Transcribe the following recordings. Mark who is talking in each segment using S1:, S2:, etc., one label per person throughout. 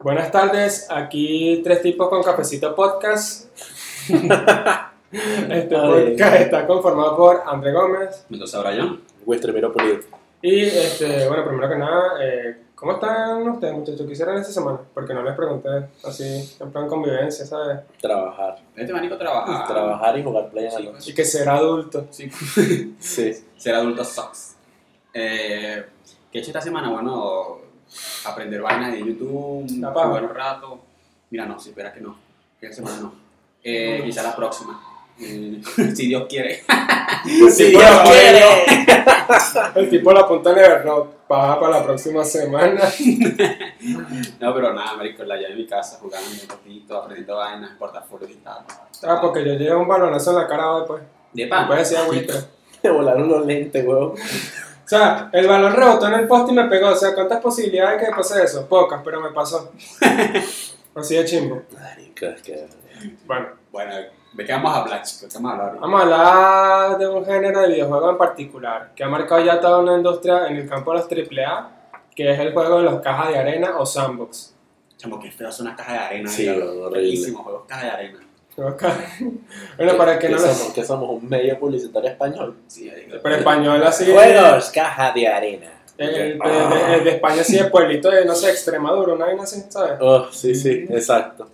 S1: Buenas tardes, aquí Tres Tipos con Cafecito Podcast. este
S2: Ay.
S1: podcast está conformado por André Gómez.
S3: Mendoza Bryan.
S2: Westre Merópolis.
S1: Y este, bueno, primero que nada, eh, ¿cómo están ustedes, muchachos? ¿Qué hicieron esta semana? Porque no les pregunté así, en plan convivencia, ¿sabes?
S2: Trabajar.
S3: Este manico
S1: Ah.
S3: trabaja.
S2: Trabajar y jugar playa en la
S3: Sí.
S2: noche.
S1: Y que ser adulto.
S3: Sí.
S2: Sí.
S3: Ser adulto sucks. Eh, ¿Qué he hecho esta semana? Bueno, aprender vainas de YouTube,
S1: La paja.
S3: jugar un rato. Mira, no, si espera que no. Que esta semana no. Eh, quizá la próxima. Eh, si Dios quiere.
S1: Sí, Dios El tipo la apunta en Evernote, paja para la próxima semana.
S3: No, pero nada, marico, la llave de mi casa, jugando un poquito, aprendiendo vainas, portafolios y tal.
S1: Ah, porque yo llevo un balonazo en la cara hoy, pues.
S3: De
S1: Me
S3: pan.
S1: parecía agüita.
S2: Te volaron los lentes, weón.
S1: O sea, el balón rebotó en el poste y me pegó. O sea, ¿cuántas posibilidades hay que me pase eso? Pocas, pero me pasó. Así de chimbo.
S2: Marica, es que.
S1: Bueno,
S3: Bueno, ¿de qué vamos a hablar, chicos? ¿Qué vamos a hablar? ahorita?
S1: vamos a hablar de un género de videojuego en particular que ha marcado ya toda una industria en el campo de los AAA, que es el juego de las cajas de arena o sandbox.
S3: Chamo, qué feo son las cajas de arena.
S2: Sí,
S3: mira,
S2: horrible.
S3: Feísimo, juegos cajas de arena.
S1: Juego de caja- bueno, para que no lo
S2: somos? ¿Qué somos? ¿Un medio publicitario español?
S3: Sí, ahí-
S1: Pero español así.
S2: Juegos, caja de arena.
S1: El, el-
S2: Ah.
S1: de- de- de España así, de pueblito de, no sé, Extremadura, una vaina así, ¿sabes?
S2: Oh, sí, sí, exacto.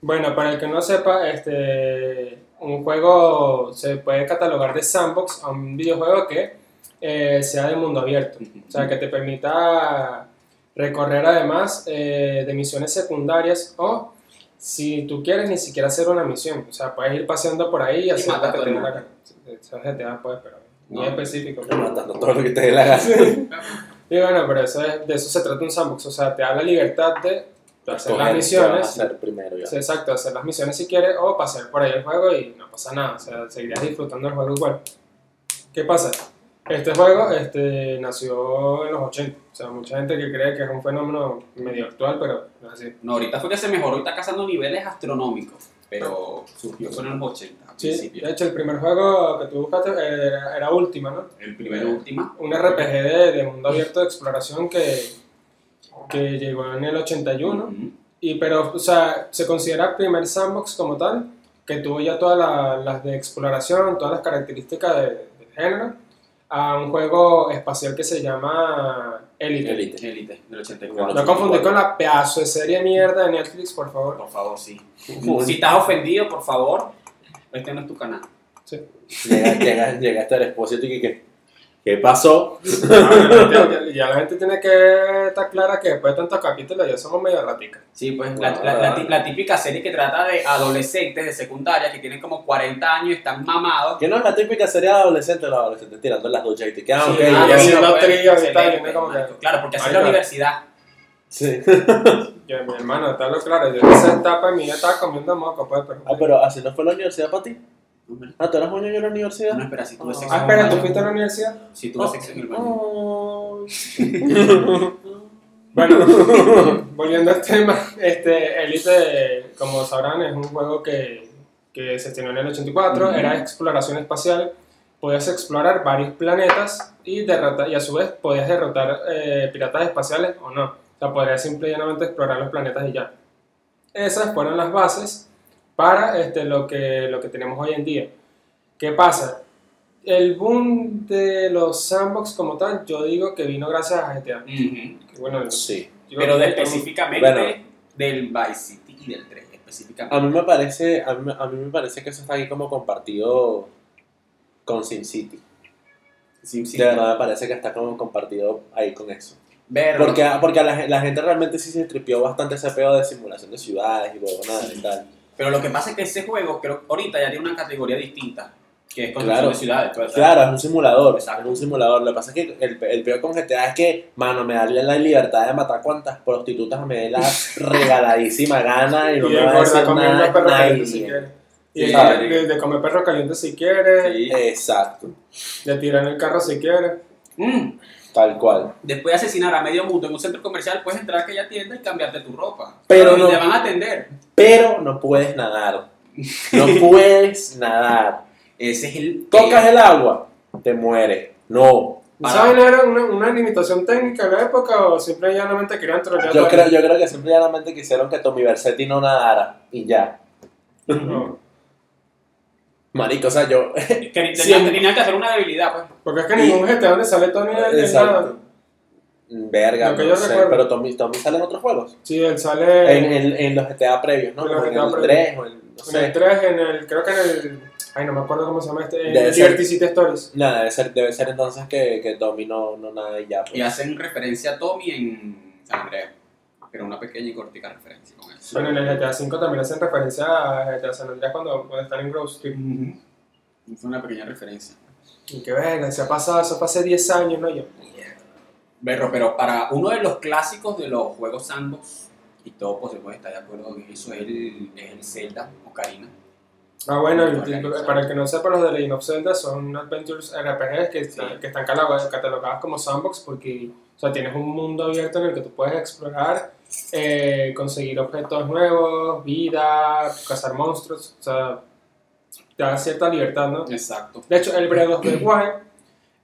S1: Bueno, para el que no sepa, este, un juego se puede catalogar de sandbox a un videojuego que eh, sea de mundo abierto, o sea, que te permita recorrer además eh, de misiones secundarias o, si tú quieres, ni siquiera hacer una misión, o sea, puedes ir paseando por ahí y hacer
S3: matar
S1: lo que
S3: todo
S1: te
S3: el
S1: dé la
S3: mundo.
S1: gana. O sea, GTA, pues, pero muy
S3: No.
S1: específico.
S2: Matando todo lo que te dé la gana.
S1: Y bueno, pero eso es- de eso se trata un sandbox, o sea, te da la libertad de hacer
S2: Escoger
S1: las
S2: qué vas a
S1: misiones.
S2: hacer primero ya.
S1: Sí, exacto, hacer las misiones si quieres o pasar por ahí el juego y no pasa nada, o sea, seguirás disfrutando el juego igual. ¿Qué pasa? Este juego este, nació en los 80, o sea, mucha gente que cree que es un fenómeno medio actual, pero no es así.
S3: No, ahorita fue que se mejoró, ahorita cazando niveles astronómicos, pero surgió fue en los 80 al
S1: Sí,
S3: principio.
S1: de hecho, el primer juego que tú buscaste eh, era, era Última, ¿no?
S3: El primero última.
S1: Un RPG de, de mundo abierto de exploración que, que llegó en el 81.
S3: Ujú.
S1: Y pero, o sea, se considera primer sandbox como tal, que tuvo ya todas la- las de exploración, todas las características de, del género, a un juego espacial que se llama Elite.
S2: Elite.
S3: Elite, del 84.
S1: No confundí con la pedazo de serie mierda de Netflix, por favor.
S3: Por favor, sí.
S2: Ujú.
S3: Si estás ofendido, por favor, este no es tu canal.
S2: Llega, llega, llega hasta el expósito y que. ¿Qué pasó?
S1: ya, ya la gente tiene que estar clara que después de tantos capítulos ya somos medio raticas.
S3: Sí, pues
S2: Wow.
S3: la, la- la ti- la típica serie que trata de adolescentes de secundaria que tienen como 40 años y están mamados.
S2: Que no es la típica serie de adolescente, los adolescentes tirando las duchas y te quedan.
S1: Sí,
S2: ok,
S1: ah,
S2: ya
S1: sí,
S2: vino.
S1: no.
S3: pues,
S1: tríos y tal,
S3: excelente,
S1: viene como que-
S3: marico. Claro, porque así es
S1: Marica.
S3: la universidad.
S2: Sí.
S1: Yo, mi hermano, está lo claro, yo en esa etapa en mi vida estaba comiendo moco, pues, pero...
S2: Ah, pero así no fue la universidad para ti.
S3: No, marico.
S2: Ah, tú eras un niño en la universidad.
S3: No, espera, si tuve sexo.
S1: Ah,
S3: en el
S1: espera, ¿tú
S3: baño.
S1: fuiste a la universidad?
S3: Si tuve sexo en el baño.
S2: Oh.
S1: Bueno, volviendo al tema, este, Elite, como sabrán, es un juego que, que se estrenó en el 84,
S3: Ujú.
S1: era exploración espacial, podías explorar varios planetas y, derrota- y a su vez podías derrotar eh, piratas espaciales o no. O sea, podrías simplemente explorar los planetas y ya. Esas fueron las bases para este, lo, que, lo que tenemos hoy en día. ¿Qué pasa? El boom de los sandbox como tal, yo digo que vino gracias a GTA.
S3: Ujú.
S1: que Bueno, el-
S2: Sí.
S1: yo
S3: Pero
S1: creo
S3: de
S1: que todo-
S3: específicamente
S2: Bueno.
S3: del Vice City y del 3, específicamente.
S2: A mí me parece, a mí, a mí me parece que eso está aquí como compartido con SimCity.
S3: Sim City.
S2: De verdad me parece que está como compartido ahí con eso.
S3: Verga.
S2: Porque, ah, a- porque a la, gen- la gente realmente sí se tripió bastante ese pedo de simulación de ciudades y huevonadas y tal.
S3: Pero lo que pasa es que ese juego, creo ahorita ya tiene una categoría distinta, que es construcción
S2: Claro.
S3: de ciudades. pues, o sea,
S2: Claro, es un simulador,
S3: Exacto.
S2: es un simulador. Lo que pasa es que el, el peor con GTA es que, mano, me da la libertad de matar cuantas prostitutas me dé la regaladísima gana y no
S1: Y
S2: me
S1: de
S2: va a
S1: engordar
S2: decir
S1: comiendo
S2: nada
S1: perro caliente si
S2: nadie.
S1: quieres. Y
S3: Sí,
S1: de,
S3: sabe.
S1: de- de comer perro caliente si quieres.
S3: sí.
S2: Exacto,
S1: De tirar en el carro si quieres.
S3: Mm,
S2: tal cual.
S3: Después de asesinar a medio mundo en un centro comercial, puedes entrar a aquella tienda y cambiarte tu ropa.
S2: Pero
S3: Y
S2: no-
S3: te van a atender.
S2: Pero no puedes nadar. No puedes nadar.
S3: Ese es el...
S2: Tocas el agua, te mueres. No,
S3: Para-
S1: ¿Saben? ¿Era una, una limitación técnica de la época o siempre llanamente querían trolear?
S2: Yo
S1: la-
S2: creo, yo creo que siempre llanamente quisieron que Tommy Versetti no nadara y ya.
S1: No,
S2: Marico, o sea, yo.
S4: Que tenía,
S2: Siempre.
S4: tenía que hacer una debilidad, pues.
S1: Porque es que ningún GTA donde sale Tony es nada.
S2: Exacto. Mm, Verga,
S1: Lo que
S2: no
S1: yo
S2: sé,
S1: recuerdo.
S2: pero Tommy, Tommy sale en otros juegos.
S1: Sí, él sale
S2: En, en- en los GTA previos, ¿no?
S1: En los
S2: Como
S1: GTA
S2: en el
S1: previos.
S2: 3 o en. No
S1: en el
S2: sé.
S1: 3, en el, creo que en el, ay no me acuerdo cómo se llama este, en
S2: Debe ser.
S1: Liberty City Stories.
S2: Nada, debe ser, debe ser entonces que, que Tommy no, no nada y ya. pues.
S3: Y hacen referencia a Tommy en San Andreas. Pero una pequeña y cortica referencia con eso.
S1: Bueno, en el GTA 5 también hacen referencia a GTA San Andreas cuando, cuando están en Grove Street.
S3: Ujú. Fue una pequeña referencia.
S1: Y que verga, se ha pasado, eso fue hace 10 años, ¿no? Yo,
S3: Berro, pero para uno de los clásicos de los juegos sandbox, y todo pues, se puede estar de acuerdo en eso, es el, es el Zelda Ocarina.
S1: Ah, bueno, el título- para el que no sepa, los de Legend of Zelda son Adventures RPGs que, están- que están catalogadas, catalogadas como sandbox porque o sea, tienes un mundo abierto en el que tú puedes explorar, eh, conseguir objetos nuevos, vida, cazar monstruos, o sea, te da cierta libertad, ¿no?
S3: Exacto.
S1: De hecho, el Breath of the Wild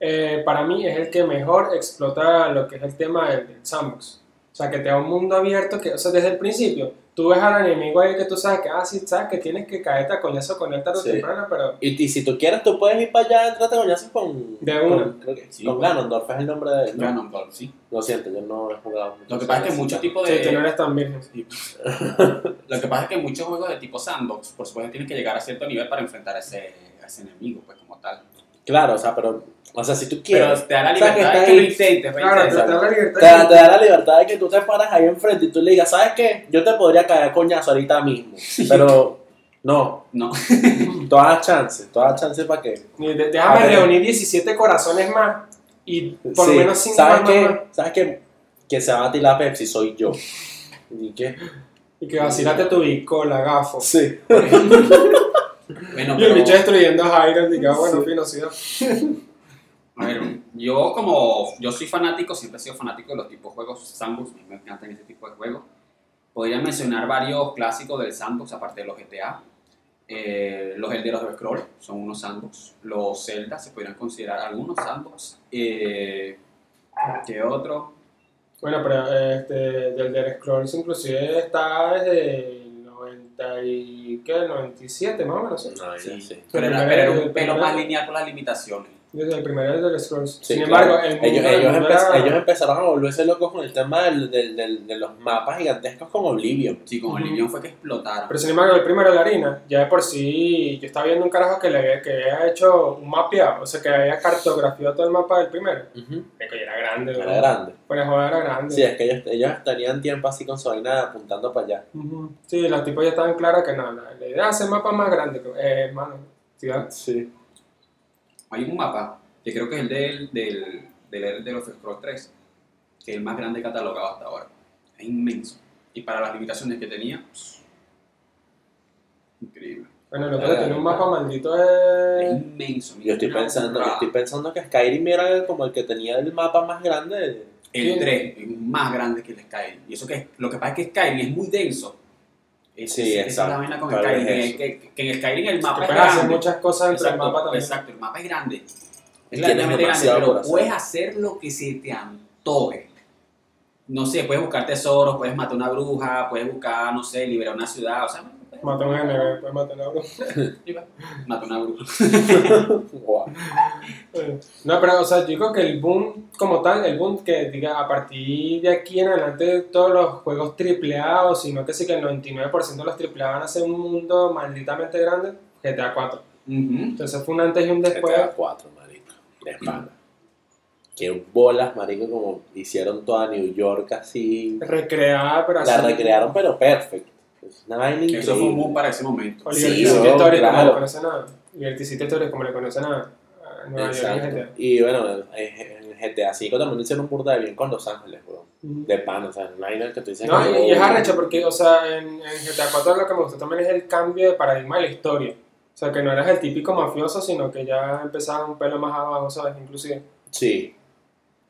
S1: eh, para mí es el que mejor explota lo que es el tema del, del sandbox. O sea, que te da un mundo abierto que, o sea, desde el principio, tú ves al enemigo ahí que tú sabes que, ah, sí, sabes que tienes que caerte a coñazo con él tarde o
S2: Sí.
S1: temprano, pero
S2: Y, y si tú quieres, tú puedes ir para allá, entrate coñazos con.
S1: De una.
S2: Con, creo que-
S3: Sí,
S2: con
S3: bueno.
S2: Ganondorf es el nombre de él. ¿no?
S3: Ganondorf, sí.
S2: Lo siento, yo no he jugado.
S3: Lo que pasa es que muchos tipos
S1: sí, tú no
S3: de.
S1: eres tan virgen.
S3: Lo que pasa es que muchos juegos de tipo sandbox, por supuesto, tienen que llegar a cierto nivel para enfrentar a ese, a ese enemigo, pues como tal.
S2: Claro, o sea, pero. O sea, si tú quieres.
S3: Pero te da la
S2: O sea, que está
S3: libertad de que lo
S2: ahí.
S3: intentes, lo
S1: Claro, te da
S3: intentes.
S1: la libertad.
S2: Te, da- te da la libertad de que tú te paras ahí enfrente y tú le digas, ¿sabes qué? Yo te podría caer a coñazo ahorita mismo. Pero no,
S3: No,
S2: todas las chances, todas las chances para que.
S1: Y de- Déjame
S2: A ver.
S1: reunir 17 corazones más y por lo
S2: Sí,
S1: menos 5
S2: ¿Sabes
S1: más,
S2: qué?
S1: más.
S2: ¿Sabes qué? Que se va a tirar Pepsi, soy yo. ¿Y qué?
S1: Y que vacilate tu bicola, gafo.
S2: Sí.
S3: bueno,
S1: Y el
S3: pero-
S1: bicho destruyendo a Jairo, diga, "Ah, bueno,
S2: Sí.
S1: fino, sí, no.
S3: A ver, yo como yo soy fanático, siempre he sido fanático de los tipos de juegos sandbox, me encantan ese tipo de juegos. Podría mencionar varios clásicos del sandbox, aparte de los GTA. Eh, los Elder of Scrolls son unos sandbox. Los Zelda se podrían considerar algunos sandbox. Eh, ¿Qué otro?
S1: Bueno, pero este, del Elder Scrolls inclusive está desde el 90 y, ¿qué? 97 más o menos. ¿sí?
S2: No, ya sé.
S3: Pero era, pero era un pelo más lineal con las limitaciones.
S1: Desde el primer Elder Scrolls.
S2: Sí,
S1: Sin
S2: claro.
S1: embargo, el mundo,
S2: ellos,
S1: el
S2: ellos,
S1: mundo
S2: empe-
S1: era-
S2: ellos em- empezaron a volverse locos con el tema del- del- del- de los mapas gigantescos con Oblivion.
S3: Sí, con
S1: Ujú.
S3: Oblivion fue que explotaron.
S1: Pero sin embargo, el primero de harina, ya de por sí, yo estaba viendo un carajo que le había, que había hecho un mapeado, o sea, que había cartografiado todo el mapa del primero. Coño, Era grande,
S2: Era
S1: ¿no?
S2: grande.
S1: Fuera de joda, era grande.
S2: Sí, es que ellos, ellos tenían tiempo así con su vaina apuntando para allá.
S1: Ujú. Sí, los tipos ya estaban claros que no, la, la idea es hacer mapas más grandes, eh, hermano. ¿sí, ah?
S2: Sí.
S3: Hay un mapa, que creo que es el del, del, del Elder of Scrolls 3, que es el más grande catalogado hasta ahora. Es inmenso. Y para las limitaciones que tenía, pues, increíble.
S1: Bueno, el otro
S2: Era
S1: que tiene un
S2: grande.
S1: mapa maldito
S3: Es
S1: es...
S3: inmenso. mira,
S2: Eh, Yo estoy
S3: una
S2: pensando, yo
S3: burrada.
S2: estoy pensando que Skyrim era como el que tenía el mapa más grande. de-
S3: El 3 es más grande que el Skyrim. Y eso que es- lo que pasa es que Skyrim es muy denso. Es,
S2: Sí,
S3: es- esa
S2: exacto.
S3: Es la vaina con
S2: Claro,
S3: Skyrim.
S2: es
S3: que- que, que en Skyrim el
S2: Ah,
S1: Tú
S2: pues,
S3: mapa es
S1: puedes hacer
S3: grande.
S1: Este, muchas cosas dentro del
S3: Exacto,
S1: mapa también.
S3: exacto, el mapa es grande. Es
S2: Tienes
S3: relativamente grande,
S2: demasiado por
S3: pero
S2: hacer.
S3: puedes hacer lo que se te antoje. No sé, puedes buscar tesoros, puedes matar una bruja, puedes buscar, no sé, liberar una ciudad, o sea,
S1: Mata a un general, puedes matar a uno.
S3: matar una bruja.
S2: Guau.
S1: No, pero, o sea, yo digo que el boom como tal, el boom que diga a partir de aquí en adelante todos los juegos triple A, o sino que sí que el 99% de los triple A van a ser un mundo malditamente grande, GTA 4.
S3: Ujú.
S1: Entonces fue un antes y un después.
S2: GTA 4, marico. De espalda. Qué bolas, marico, como hicieron toda New York así.
S1: Recreada, pero
S2: La recrearon, pero perfecto. Es una vaina increíble.
S3: Eso fue un boom para ese momento.
S1: O
S2: Sí,
S1: Liberty City
S2: weón,
S1: Stories, como
S2: claro.
S1: le conocen a... Liberty City Stories, como le conocen a, a Nueva York y
S2: Exacto.
S1: GTA.
S2: Y bueno, en GTA 5 también hicieron un burda de bien con Los Ángeles, weón.
S1: Ujú.
S2: De pan, o sea, una vaina que tú dices.
S1: No,
S2: que,
S1: y, y es
S2: oh,
S1: arrecho porque, o sea, en, en GTA 4 lo que me gustó también es el cambio de paradigma de la historia. O sea, que no eras el típico mafioso, sino que ya empezabas un pelo más abajo, ¿sabes? Inclusive.
S2: Sí.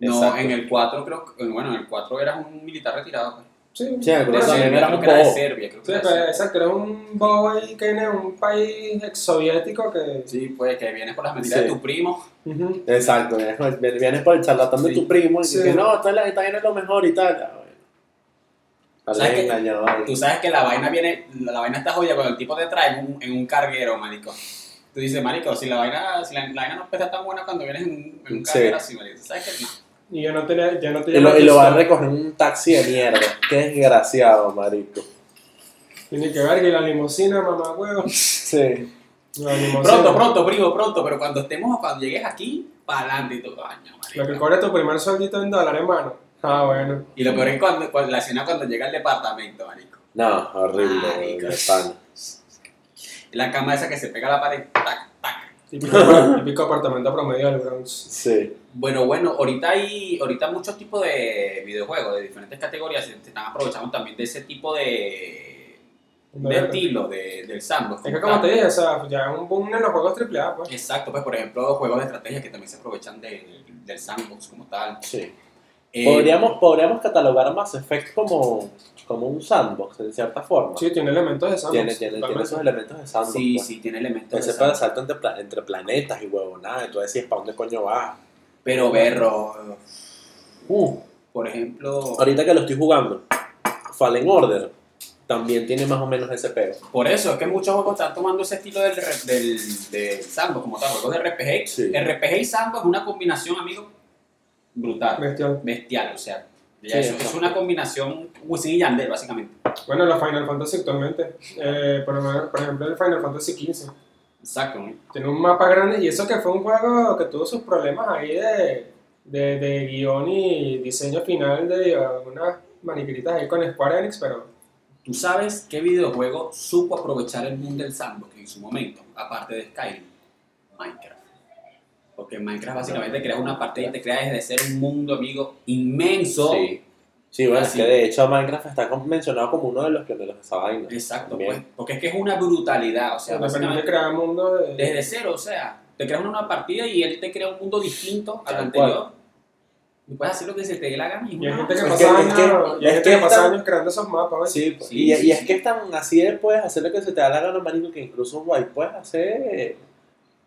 S3: No,
S2: Exacto.
S3: en el 4 creo que, bueno, en el 4 eras un militar retirado. pues.
S1: Sí,
S2: Sí, en el
S3: Pero
S2: Pero también
S3: Serbia,
S2: era
S3: creo
S2: un
S3: que era de
S2: bobo.
S3: Serbia, creo que
S1: Sí,
S3: era de
S1: pero
S3: Serbia.
S1: exacto, era un bobo ahí que viene de un país exsoviético que...
S3: Sí, pues que vienes por las mentiras
S2: Sí.
S3: de tu primo.
S1: Ujú.
S2: Exacto, vienes, con el- vienes por el charlatán de
S3: Sí.
S2: tu primo y
S1: Sí.
S2: dices, no, esta, es la- esta vaina es lo mejor y tal. Ah, bueno.
S3: ¿Sabes
S2: Parece
S3: qué?
S2: engañado ahí.
S3: Tú sabes que la vaina viene, la, la vaina está jodida cuando el tipo te trae en un, en un carguero, marico. Tú dices, marico, si la vaina, si la, la vaina no está tan buena cuando vienes en un, en un
S2: Sí.
S3: carguero así, marico. ¿Sabes qué? No.
S1: Y yo no tenía... Yo no
S2: Y
S1: tenía
S2: lo, y lo va a
S1: noticia.
S2: recoger un taxi de mierda. Qué desgraciado, marico.
S1: Y ni que verga, y la limusina, mamá huevo.
S2: Sí.
S1: La limusina.
S3: Pronto, pronto, primo, pronto, pero cuando estemos, cuando llegues aquí, para adelante y tú, coño,
S1: Lo que
S3: marico.
S1: cobra tu primer sueldito en dólares, mano. Ah, bueno.
S3: Y lo peor es cuando, cuando- la escena cuando llega al departamento, marico.
S2: No, horrible.
S3: Marico.
S2: de pana.
S3: Y la cama esa que se pega a la pared, tac, tac.
S1: Típico, típico apartamento promedio del Bronx.
S2: Sí.
S3: Bueno, bueno, ahorita hay ahorita muchos tipos de videojuegos de diferentes categorías se se están aprovechando también de ese tipo de, de
S1: Verga.
S3: estilo de, del sandbox.
S1: Es que como te dije, o sea, ya es un boom en los juegos AAA, pues.
S3: Exacto, pues por ejemplo, juegos de estrategia que también se aprovechan del, del sandbox como tal.
S2: Sí.
S3: Eh,
S2: Podríamos, podríamos catalogar a Mass Effect como, como un sandbox, en cierta forma.
S1: Sí, tiene elementos de sandbox.
S2: Tiene, tiene, tiene
S1: totalmente.
S2: esos elementos de sandbox.
S3: Sí,
S2: pues.
S3: sí, tiene elementos. de
S2: Ese
S3: sandbox.
S2: salto entre, pla- entre planetas y huevonadas. Y tú decías, ¿para dónde coño vas?
S3: Pero berro,
S2: Uh,
S3: por ejemplo,
S2: ahorita que lo estoy jugando, Fallen Order también tiene más o menos ese pego.
S3: por eso es que muchos juegos están tomando ese estilo del, re- del, del sandbox como tal, juegos de RPG.
S2: Sí.
S3: RPG y sandbox es una combinación, amigo, brutal.
S1: Cuestión.
S3: bestial, o sea, ya
S2: Sí,
S3: eso-
S2: exacto.
S3: es una combinación Wisin y Yandel, básicamente.
S1: Bueno, los Final Fantasy actualmente. Eh, por, lo menos- por ejemplo, el Final Fantasy XV.
S3: Exacto, ¿no?
S1: Tiene un mapa grande y eso que fue un juego que tuvo sus problemas ahí de, de, de guión y diseño final de algunas manicritas ahí con Square Enix, pero
S3: ¿Tú sabes qué videojuego supo aprovechar el mundo del sandbox en su momento, aparte de Skyrim? Minecraft. Porque en Minecraft básicamente creas una partida y te creas desde ser un mundo, amigo, inmenso.
S2: Sí. Sí, bueno,
S3: Así.
S2: es que de hecho Minecraft está con- mencionado como uno de los pioneros de esa vaina.
S3: Exacto,
S2: Bien.
S3: pues, porque es que es una brutalidad, o
S1: me
S3: sea,
S1: permite
S3: básicamente
S1: crear mundo de...
S3: desde cero, o sea, te creas una nueva partida y él te crea un mundo distinto al
S2: Tal
S3: anterior. Y puedes hacer lo que se te dé la gana. y es
S1: Y hay
S3: una
S1: gente que
S2: Es
S1: pasa
S2: que- es que-
S1: años, y hay
S2: es
S1: gente
S2: que
S1: que pasa
S2: está-
S1: años creando esos mapas, ¿ves?
S2: Sí, pues,
S3: Sí,
S2: y,
S3: sí,
S2: y es
S3: sí.
S2: que es tan así de puedes hacer lo que se te da la gana, marico, que incluso guay, puedes hacer eh,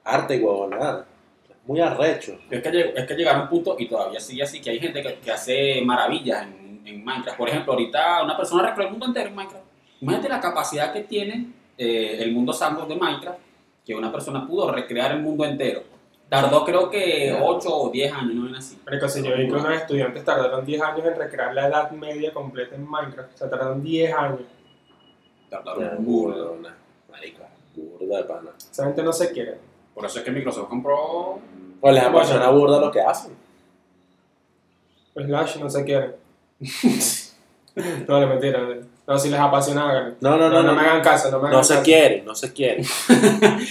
S2: arte y huevonada. Es muy arrecho.
S3: Es que, llegó- es que llegaron a un punto y todavía sigue así, que hay gente que, que hace maravillas en, en Minecraft. Por ejemplo, ahorita una persona recreó el mundo entero en Minecraft. Imagínate la capacidad que tiene eh, el mundo sandbox de Minecraft, que una persona pudo recrear el mundo entero. Tardó creo que 8 o 10 años, no es así.
S1: Marico, si yo vi que unos estudiantes tardaron 10 años en recrear la edad media completa en Minecraft, o sea, tardaron 10 años.
S3: Tardaron un burro.
S2: Burda, marico, burda de pana.
S1: Esa gente no se quiere.
S3: Por eso es que Microsoft compró...
S2: O Pues les
S1: Bueno.
S2: apasiona burda lo que hacen.
S1: Slash Pues, no se quiere. no, le mentira. No, si les apasiona, háganlo.
S2: No, no,
S1: No,
S2: no, no.
S1: me hagan caso, no me hagan
S2: No se
S1: caso.
S2: quieren, no se quieren.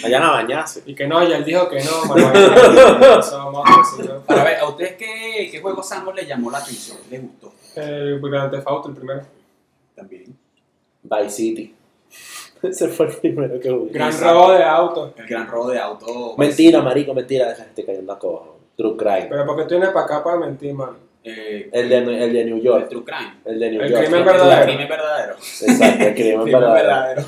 S2: Vayan a bañarse.
S1: Y que no, ya él dijo que no, mamá. Somos así, ¿no?
S3: Para ver, ¿a ustedes qué, qué juego sandbox les llamó la atención? ¿Les gustó?
S1: El Grand Theft Auto, eh, el primero.
S3: También.
S2: Vice City. Ese fue el primero que jugué.
S1: Gran robo de auto.
S3: El gran robo de auto.
S2: Mentira, marico, mentira. Deja que te cayendo a coja. True crime.
S1: Pero porque tú vienes para acá para mentir, mano.
S3: Eh,
S2: El de, el de New
S3: el
S2: York.
S3: True Crime.
S2: El de New
S1: El
S2: York.
S1: crimen
S2: sí.
S1: verdadero.
S3: El crimen verdadero.
S2: Exacto, el crimen
S3: Crimen
S2: verdadero.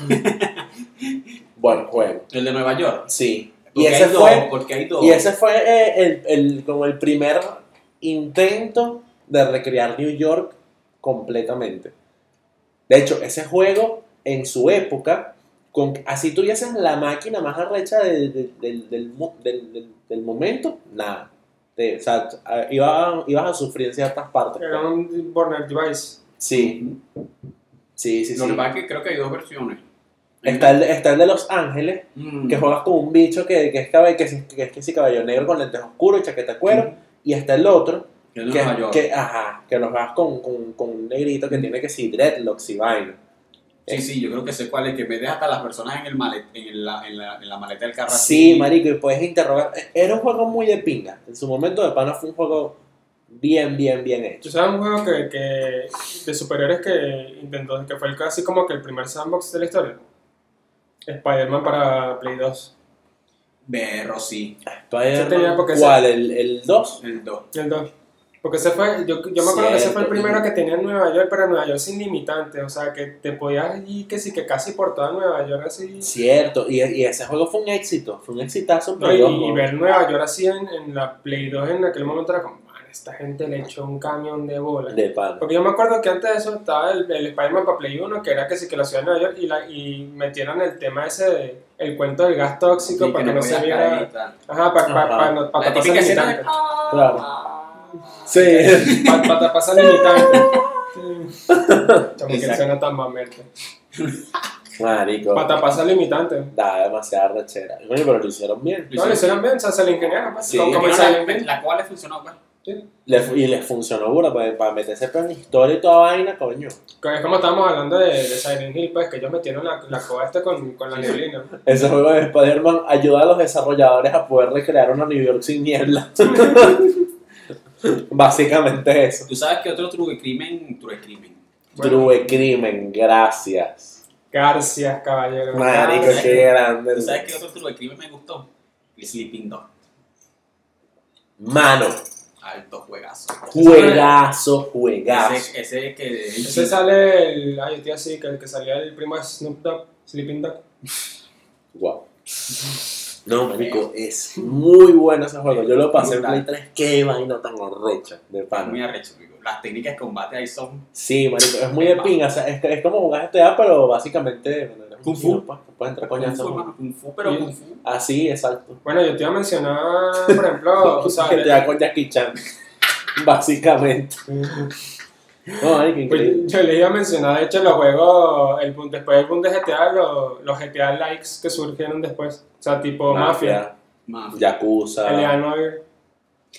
S2: Buen juego.
S3: El de Nueva York.
S2: Sí.
S3: Porque
S2: Y ese
S3: hay dos,
S2: fue,
S3: porque hay dos.
S2: y ese fue eh, el, el- como el primer intento de recrear New York completamente. De hecho, ese juego en su época, con, así tuvieses la máquina más arrecha del, del, del, del mo- del- del- del momento, nada. Te- o sea, a- iba- ibas a sufrir en ciertas partes.
S1: Era un Burner Device.
S2: Sí. Sí, sí, sí.
S3: Lo que pasa es que creo que hay dos versiones.
S2: Está el, de- está el de Los Ángeles,
S3: Mm.
S2: que juegas como un bicho que, que es, cabe- que, es- que es que sí, cabello negro con lentes oscuros y chaqueta de cuero. Y está el otro,
S3: Que es de Nueva
S2: que,
S3: York.
S2: que, ajá, que los juegas con, con, con un negrito
S1: Mm.
S2: que tiene que si dreadlocks y vaina.
S3: Sí, sí, yo creo que sé cuál es, que metes hasta las personas en, el malet, en, la, en, la, en la maleta del
S1: Ah,
S3: carro.
S2: Sí,
S3: así.
S2: marico, y puedes interrogar. Era un juego muy de pinga. En su momento de pana fue un juego bien, bien, bien hecho.
S1: Tú sabes un juego que, que- de superhéroes que intentó, que fue el casi como que el primer sandbox de la historia. Spider-Man para Play 2.
S3: Berro, sí.
S2: Spider-Man,
S1: tenía porque
S2: ¿Cuál? ¿El, el 2?
S3: El 2.
S1: El 2. Porque ese fue, yo, yo me acuerdo que ese fue el
S3: Cierto.
S1: primero que tenía en Nueva York, pero en Nueva York sin limitantes, o sea, que te podías ir que sí, que casi por toda Nueva York así.
S2: Cierto, y, y ese juego fue un éxito, fue un exitazo. en
S1: No, y,
S2: playoff,
S1: y
S2: ¿no?
S1: ver Nueva York así en, en la Play 2 en aquel momento era como, man, esta gente le echó un camión de bola.
S2: De pana.
S1: Porque yo me acuerdo que antes de eso estaba el, el Spider-Man para Play 1, que era que sí que la ciudad de Nueva York, y, la, y metieron el tema ese de el cuento del gas tóxico
S3: Y
S1: para que no se
S3: podías caer y
S1: viera.
S3: tal.
S1: Ajá, para pa,
S2: Ajá.
S1: pa, no- pa
S3: La
S1: taparse
S3: típica escena de...
S1: limitante.
S2: Sí.
S1: Para pa taparse limitante. Sí. Como que
S3: Exacto.
S1: suena tan mamerte.
S2: Marico.
S1: Para taparse limitante.
S2: Da demasiada rachera. Coño, pero lo hicieron bien.
S1: No, lo hicieron bien, o sea, se le ingeniaron. Pues,
S2: Sí,
S1: como como
S3: Como
S1: se le
S3: la,
S1: ingeniaron.
S3: la cual le funcionó, pues.
S2: Le fu- y les funcionó pura para, para meterse en la historia y toda vaina, coño.
S1: Que Es como estábamos hablando de, de Silent Hill, pues, que ellos metieron la, la coba esta con, con la
S3: Sí.
S1: neblina.
S2: Ese juego de Spider-Man ayuda a los desarrolladores a poder recrear una New York sin niebla. Básicamente eso.
S3: Tú sabes que otro true crimen, true crimen.
S1: Bueno.
S2: True crimen, gracias.
S1: Garcias, caballero.
S2: Marico,
S1: Garcias.
S2: qué grande.
S3: Tú sabes que otro true crimen me gustó. El Sleeping Dog.
S2: Mano,
S3: Alto juegazo.
S2: juegazo, juegazo.
S3: Ese, ese que.
S1: Ese sale el. Ay, yo te así, que el que salía el primo de Snoop Dogg, Sleeping Dog.
S2: Wow. No, marico, es muy bueno ese juego. Yo lo pasé en Play 3. Qué vaina tan horrecha de pana.
S3: muy arrecho. digo. Las técnicas de combate ahí son.
S2: Sí, marico, es muy de pinga, o sea, es, es como jugar GTA, pero básicamente... bueno,
S3: Kung fu.
S2: no, pues, te puedes entrar
S3: Kung
S2: coñazo.
S3: fu, hermano, Kung fu, pero
S1: Sí.
S3: Kung fu.
S2: Así, Ah, exacto.
S1: Bueno, yo te iba a mencionar, por ejemplo, o sea,
S2: GTA con Jackie Chan, básicamente. No, ay, qué increíble.
S1: Pues, yo les iba a mencionar, de hecho, los juegos, el, boom- después del boom de GTA, los, los GTA likes que surgieron después. O sea, tipo
S2: Ah,
S1: Mafia,
S3: Mafia.
S2: Yakuza,
S1: Eleanor,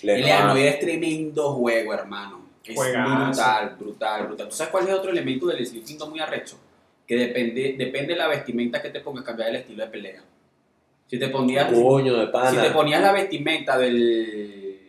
S2: Le
S3: El Leanoide es tremendo juego, hermano. Es
S1: Juegazo.
S3: brutal, brutal, brutal. ¿Tú sabes cuál es otro elemento del Sleeping Dog muy arrecho? Que depende, depende de la vestimenta que te pongas, cambiar el estilo de pelea. Si te ponías,
S2: Coño de
S3: si te
S2: pana.
S3: ponías la vestimenta del,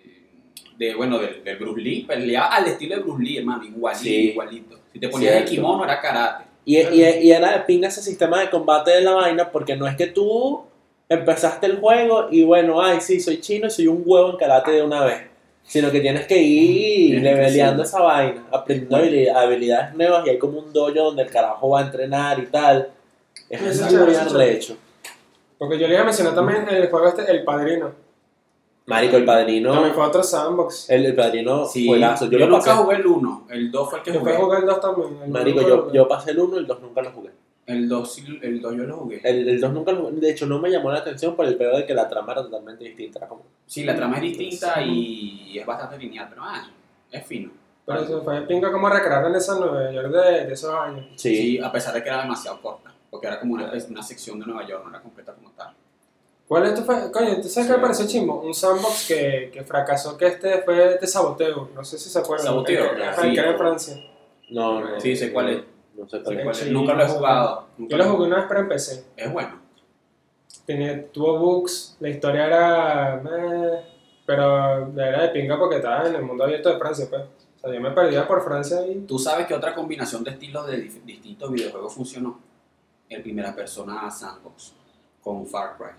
S3: de, bueno, del, del Bruce Lee, peleaba al estilo de Bruce Lee, hermano, igualito,
S2: Sí.
S3: igualito. Si te ponías
S2: Cierto.
S3: el kimono era karate.
S2: Y, y, y era de pinga ese sistema de combate de la vaina, porque no es que tú empezaste el juego y bueno, ay, sí, soy chino y soy un huevo en karate de una vez. Sino que tienes que ir
S3: Tienes que
S2: leveleando
S3: sí.
S2: esa vaina, aprendiendo habili- habilidades nuevas y hay como un dojo donde el carajo va a entrenar y tal. Es
S1: Eso
S2: muy
S1: es chévere, eso es chévere.
S2: arrecho.
S1: porque yo les iba a mencionar también el juego este, El Padrino.
S2: Marico, el
S1: También
S2: padrino.
S1: fue otro sandbox.
S2: El, el padrino
S3: Sí,
S2: juegazo. Yo,
S3: yo
S2: lo
S3: nunca
S2: pasé.
S3: jugué el 1, el 2 fue el que
S1: Yo fui
S3: jugué.
S1: a jugar el 2 también. el
S2: Marico,
S1: uno
S2: yo,
S1: jugué.
S2: yo pasé el 1 y el 2 nunca lo jugué.
S3: El 2 el 2 yo lo jugué.
S2: El, el 2 nunca lo jugué. De hecho, no me llamó la atención por el peor de que la trama era totalmente distinta. Era como
S3: Sí, la trama es distinta y es bastante lineal, pero ah, es fino.
S1: Pero eso fue pinga como recrearon esa Nueva York de, de esos años.
S2: Sí.
S3: Sí, a pesar de que era demasiado corta, porque era como una, una sección de Nueva York, no era completa como tal.
S1: ¿Cuál esto fue? Coño, ¿tú sabes qué me pareció chimbo? Un sandbox que, que fracasó, que este fue de saboteo. No sé si se acuerdan.
S3: Saboteo,
S1: El que-
S3: ya,
S1: ajá, el
S3: sí.
S1: que era en Francia.
S2: No, no.
S3: Sí, sé cuál es.
S2: No sé
S3: Tal
S2: cuál es.
S3: cual.
S1: sí.
S3: nunca lo he jugado. nunca
S1: Yo lo jugué una vez, pero empecé.
S3: Es bueno.
S1: Tenía, tuvo bugs, la historia era. meh, pero era de pinga porque estaba en el mundo abierto de Francia, pues. O sea, yo me perdía por Francia y.
S3: Tú sabes que otra combinación de estilos de dif- distintos videojuegos funcionó. El primera persona sandbox con Far Cry.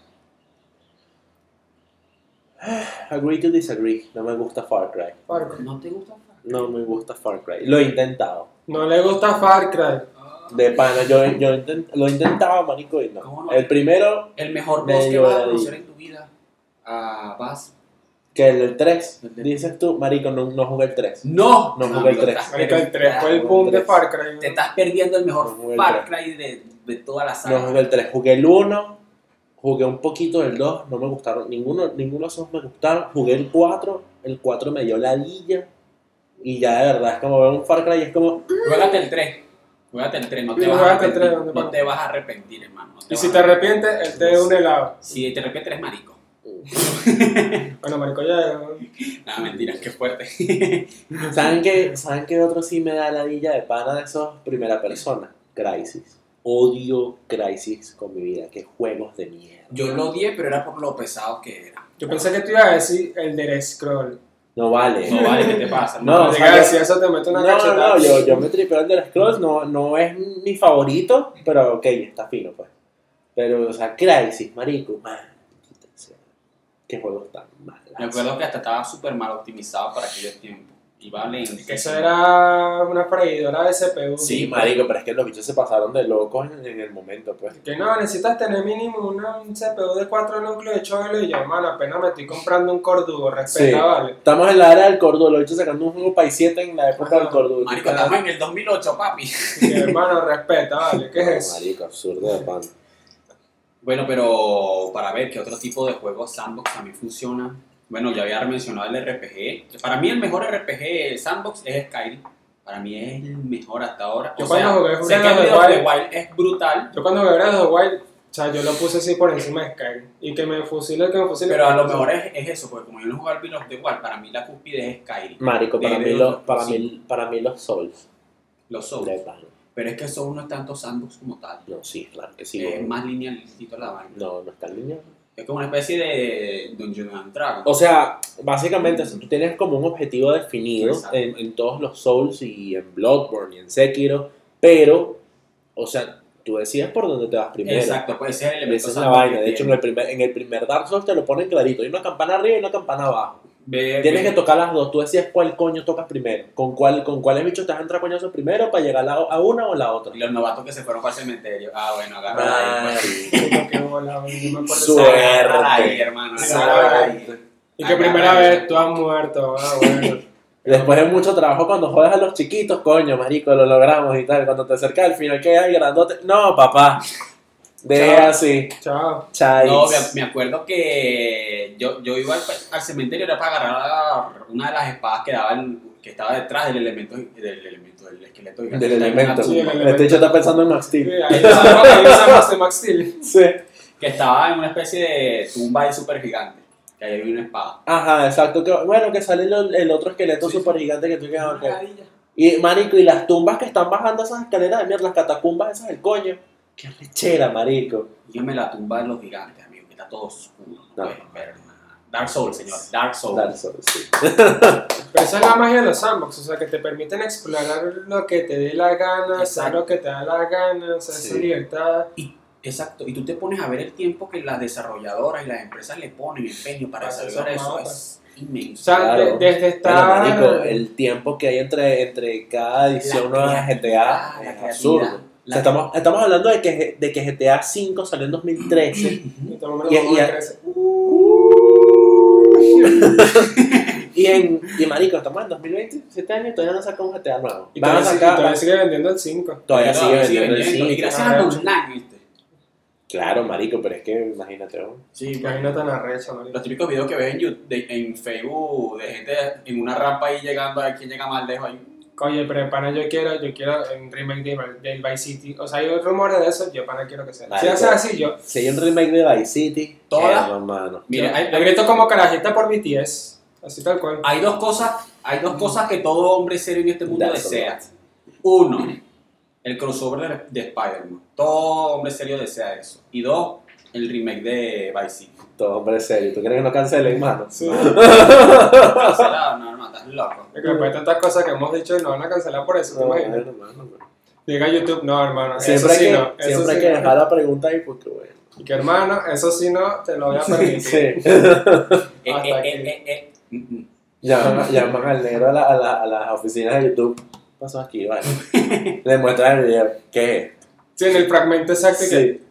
S2: Agree to disagree. No me gusta Far Cry.
S1: Far Cry.
S3: ¿No te gusta Far Cry?
S2: No me gusta Far Cry. Lo he intentado.
S1: No le gusta Far Cry.
S3: Ah.
S2: De pana, yo, yo intent- lo he intentado, marico, y
S3: ¿Cómo
S2: no.
S3: no?
S2: El primero,
S3: El mejor
S2: Me
S3: boss que vas a
S2: lloraría.
S3: conocer en tu vida. Ah, vas.
S2: que el del 3,
S3: El del-
S2: dices tú, marico, no, no jugué el 3.
S3: No,
S2: No jugué el
S3: Amigo,
S2: tres.
S3: estás
S1: Marico, el 3 fue el
S2: Ah,
S1: boom de
S2: tres.
S1: Far Cry.
S3: Te estás perdiendo el
S2: No
S3: mejor
S2: jugué el
S3: Far Cry de, de toda la saga.
S2: No jugué el 3. Jugué el 1, jugué un poquito del 2, no me gustaron. Ninguno, ninguno de esos me gustaron. Jugué el 4, el 4 me dio ladilla. Y ya de verdad es como ver un Far Cry y es como,
S3: Juégate el 3. Juégate el 3. No te,
S1: Sí,
S3: vas a
S1: juégate el
S3: arrepentir,
S1: tres, ¿dónde
S3: no
S1: pasa?
S3: te vas a arrepentir, hermano. no
S1: Y
S3: vas
S1: si
S3: a
S1: te arrepientes, él te dé un helado.
S3: Si te arrepientes, eres marico.
S1: Bueno, Marico, ya.
S3: Nada, mentira, qué fuerte.
S2: ¿Saben qué, ¿Saben qué otro sí me da ladilla de pana de esos primera persona? Crisis. Odio Crisis con mi vida. Qué juegos de mierda.
S3: Yo lo odié, pero era por lo pesado que era.
S1: Yo pensé que tú ibas a decir el del scroll.
S2: No vale.
S3: No vale, ¿qué te pasa?
S2: No,
S3: hermano?
S2: o
S1: Porque
S2: sea,
S1: si eso te mete
S2: No,
S1: una
S2: no,
S1: cachetada.
S2: no, yo, yo me tripeo el de las Scrolls, no, no es mi favorito, pero ok, está fino pues. Pero, o sea, Crisis, marico, maldita sea. Qué juegos tan malos.
S3: Me acuerdo que hasta estaba súper mal optimizado para aquellos tiempos. y Valen.
S1: Que eso era una freidora de CPU.
S2: Sí, marico, pero es que los bichos se pasaron de locos en, en el momento, pues.
S1: Que no, necesitas tener mínimo una, un CPU de 4 núcleos de 8 y yo, mano, apenas me estoy comprando un cordugo, respeta,
S2: Sí.
S1: vale.
S2: Estamos en la era del Cordudo, los bichos sacando un juego Pay 7 en la época
S1: Ajá.
S2: del Cordudo.
S3: Marico, estamos en el 2008, papi.
S1: Y que, hermano, respeta, vale, ¿qué
S2: No,
S1: es eso?
S2: Marico, absurdo de pan.
S3: Bueno, pero para ver qué otro tipo de juegos sandbox también funciona. Bueno, ya había mencionado el RPG. Para mí el mejor RPG sandbox es Skyrim. Para mí es el mejor hasta ahora.
S1: Yo cuando jugué
S3: sé
S1: Breath
S3: que el
S1: of the
S3: Breath of the
S1: Wild-
S3: Wild es brutal,
S1: Yo cuando me Breath of the Wild, o sea, yo lo puse así por encima de Skyrim. Y que me fusile, que me fusile.
S3: pero a lo mejor es, es eso, porque como yo no jugué al Breath of the Wild, para mí la cúspide es Skyrim.
S2: Marico, para
S3: De-
S2: mí,
S3: de-
S2: los, para,
S3: sí.
S2: mí, para mí los Souls.
S3: Los
S2: De
S3: Souls.
S2: pan.
S3: Pero es que Souls no es tanto sandbox como tal.
S2: No, sí, claro que sí.
S3: es
S2: no.
S3: más linealito la vaina.
S2: No, no está en línea.
S3: Es como una especie de Dungeon and Dragon.
S2: O sea, básicamente, si tú tienes como un objetivo definido
S3: Exacto.
S2: en, en todos los Souls y en Bloodborne y en Sekiro, pero, o sea, tú decides por dónde te vas primero.
S3: Exacto, puede ser el elemento
S2: Esa es la
S3: sandbox
S2: vaina.
S3: que
S2: De hecho, en
S3: tiene.
S2: el, primer, en el primer Dark Souls te lo ponen clarito. Hay una campana arriba y una campana abajo.
S3: Ve-
S2: Tienes
S3: ve-
S2: que tocar las dos. Tú decides cuál coño tocas primero. Con cuál con cuáles bichos te vas a entrar coñazos primero para llegar a, la- a una o la otra.
S3: Y los novatos que se fueron para el cementerio. Ah, bueno, agarra ahí.
S2: Marico.
S1: que volaba, yo me acuerdo de
S2: Suerte.
S1: esa-
S3: Agarra ahí, hermano. agarra ahí.
S1: Y que primera vez tú has muerto, ah, bueno.
S2: Después de mucho trabajo, cuando jodas a los chiquitos, coño, marico, lo logramos y tal. Cuando te acercas al final, que hay grandote. No, papá. Deja
S1: Chao.
S2: así.
S1: Chao.
S2: Chais.
S3: No, me, me acuerdo que yo, yo iba al, al cementerio era para agarrar una de las espadas que daban que estaba detrás del elemento del elemento del esqueleto gigante.
S2: Del elemento.
S1: Sí, del elemento.
S2: Este hecho está pensando en Max
S1: Sí,
S2: Steel.
S1: Ahí usamos- ahí usamos el Max Steel.
S2: Sí.
S3: que estaba en una especie de tumba ahí súper gigante que ahí había una espada
S2: Ajá, exacto. que- bueno, que sale el, el otro esqueleto
S3: Sí, sí.
S2: super gigante que tú que
S3: Una
S2: Ah, ok.
S3: maravilla.
S2: Y, marico, y las tumbas que están bajando esas escaleras de mierda, las catacumbas esas del coño. Qué rechera, marico.
S3: yo me la tumba de los gigantes amigo que está todo oscuro no
S2: No.
S3: puedes ver nada. Dark Souls señor Dark Souls
S2: Dark Souls, sí.
S1: Pero esa es la magia de los sandbox, o sea, que te permiten explorar lo que te dé la gana, hacer
S3: Exacto.
S1: lo que te da la gana, o sea, esa
S2: Sí.
S1: libertad.
S3: Exacto, y tú te pones a ver el tiempo que las desarrolladoras y las empresas le ponen empeño para
S1: Para
S3: desarrollar
S1: esos
S3: eso,
S1: mapas.
S3: es
S1: O
S3: inmenso.
S1: sea,
S2: Claro.
S1: de- desde
S3: Ah.
S2: Pero,
S1: estar...
S2: marico, el tiempo que hay entre, entre cada edición nueva de
S3: creatividad,
S2: GTA
S3: la
S2: es absurdo.
S3: creatividad,
S2: O sea, estamos, estamos hablando de que, de que GTA V salió en 2013
S1: Ahorita vamos a-
S2: y- Uh.
S1: vamos a
S2: y-
S1: crecer.
S2: y en y marico, estamos en 2027 años y todavía no sacan un GTA nuevo.
S1: Y
S2: Van a
S1: todavía, sigue,
S2: sacar-
S1: todavía sigue vendiendo el 5.
S2: todavía sigue
S3: Todavía
S2: vendiendo el
S3: vendiendo, Y
S2: cinco.
S3: gracias a los online, ¿viste?
S2: Claro, marico, pero es que imagínate. ¿no?
S3: Sí, pues,
S1: Imagínate tan arrecha, marico.
S3: Los típicos videos que ves en, Yu- de- en Facebook de gente en una rampa ahí llegando a ver quién llega más lejos ahí.
S1: Oye, pero pana, yo quiero, yo quiero un remake de, del Vice City. O sea, hay rumores de eso, yo pana quiero que sea. Si
S2: Marico.
S1: hace así, yo,
S2: Si hay un remake de Vice City, eh,
S3: Toda-
S2: qué hermano.
S3: Mira,
S1: yo
S3: hay,
S1: le grito como carajita por BTS, así tal cual.
S2: Ah.
S3: hay dos cosas, hay dos cosas que todo hombre serio en este mundo
S2: That's
S3: desea. Uno, el crossover de, de Spider-Man. Todo hombre serio desea eso. Y dos, el remake de Vice City.
S2: Todo hombre serio. ¿Tú crees que no cancelen, hermano?
S1: Sí.
S3: Cancelado, no, no, estás loco.
S1: Porque después de tantas cosas que hemos dicho, nos van a cancelar por eso, ¿te
S2: No,
S1: imaginas?
S2: bueno, hermano, bueno.
S1: Llega YouTube, no, hermano, eso
S2: Siempre hay
S1: sí
S2: que,
S1: no. Eso
S2: siempre hay
S1: sí
S2: que
S1: no.
S2: dejar la pregunta ahí porque bueno.
S1: Y que hermano, eso sí no, te lo voy a permitir.
S3: Eh,
S1: Hasta
S3: eh,
S1: aquí.
S3: eh, eh, eh. Mm, mm.
S2: Llaman, llaman al negro a, la- a la- a las oficinas de YouTube. ¿Qué pasó aquí? Vale. Le muestran el video. ¿Qué
S1: Sí, en el fragmento
S2: es?
S1: exacto que
S2: Sí.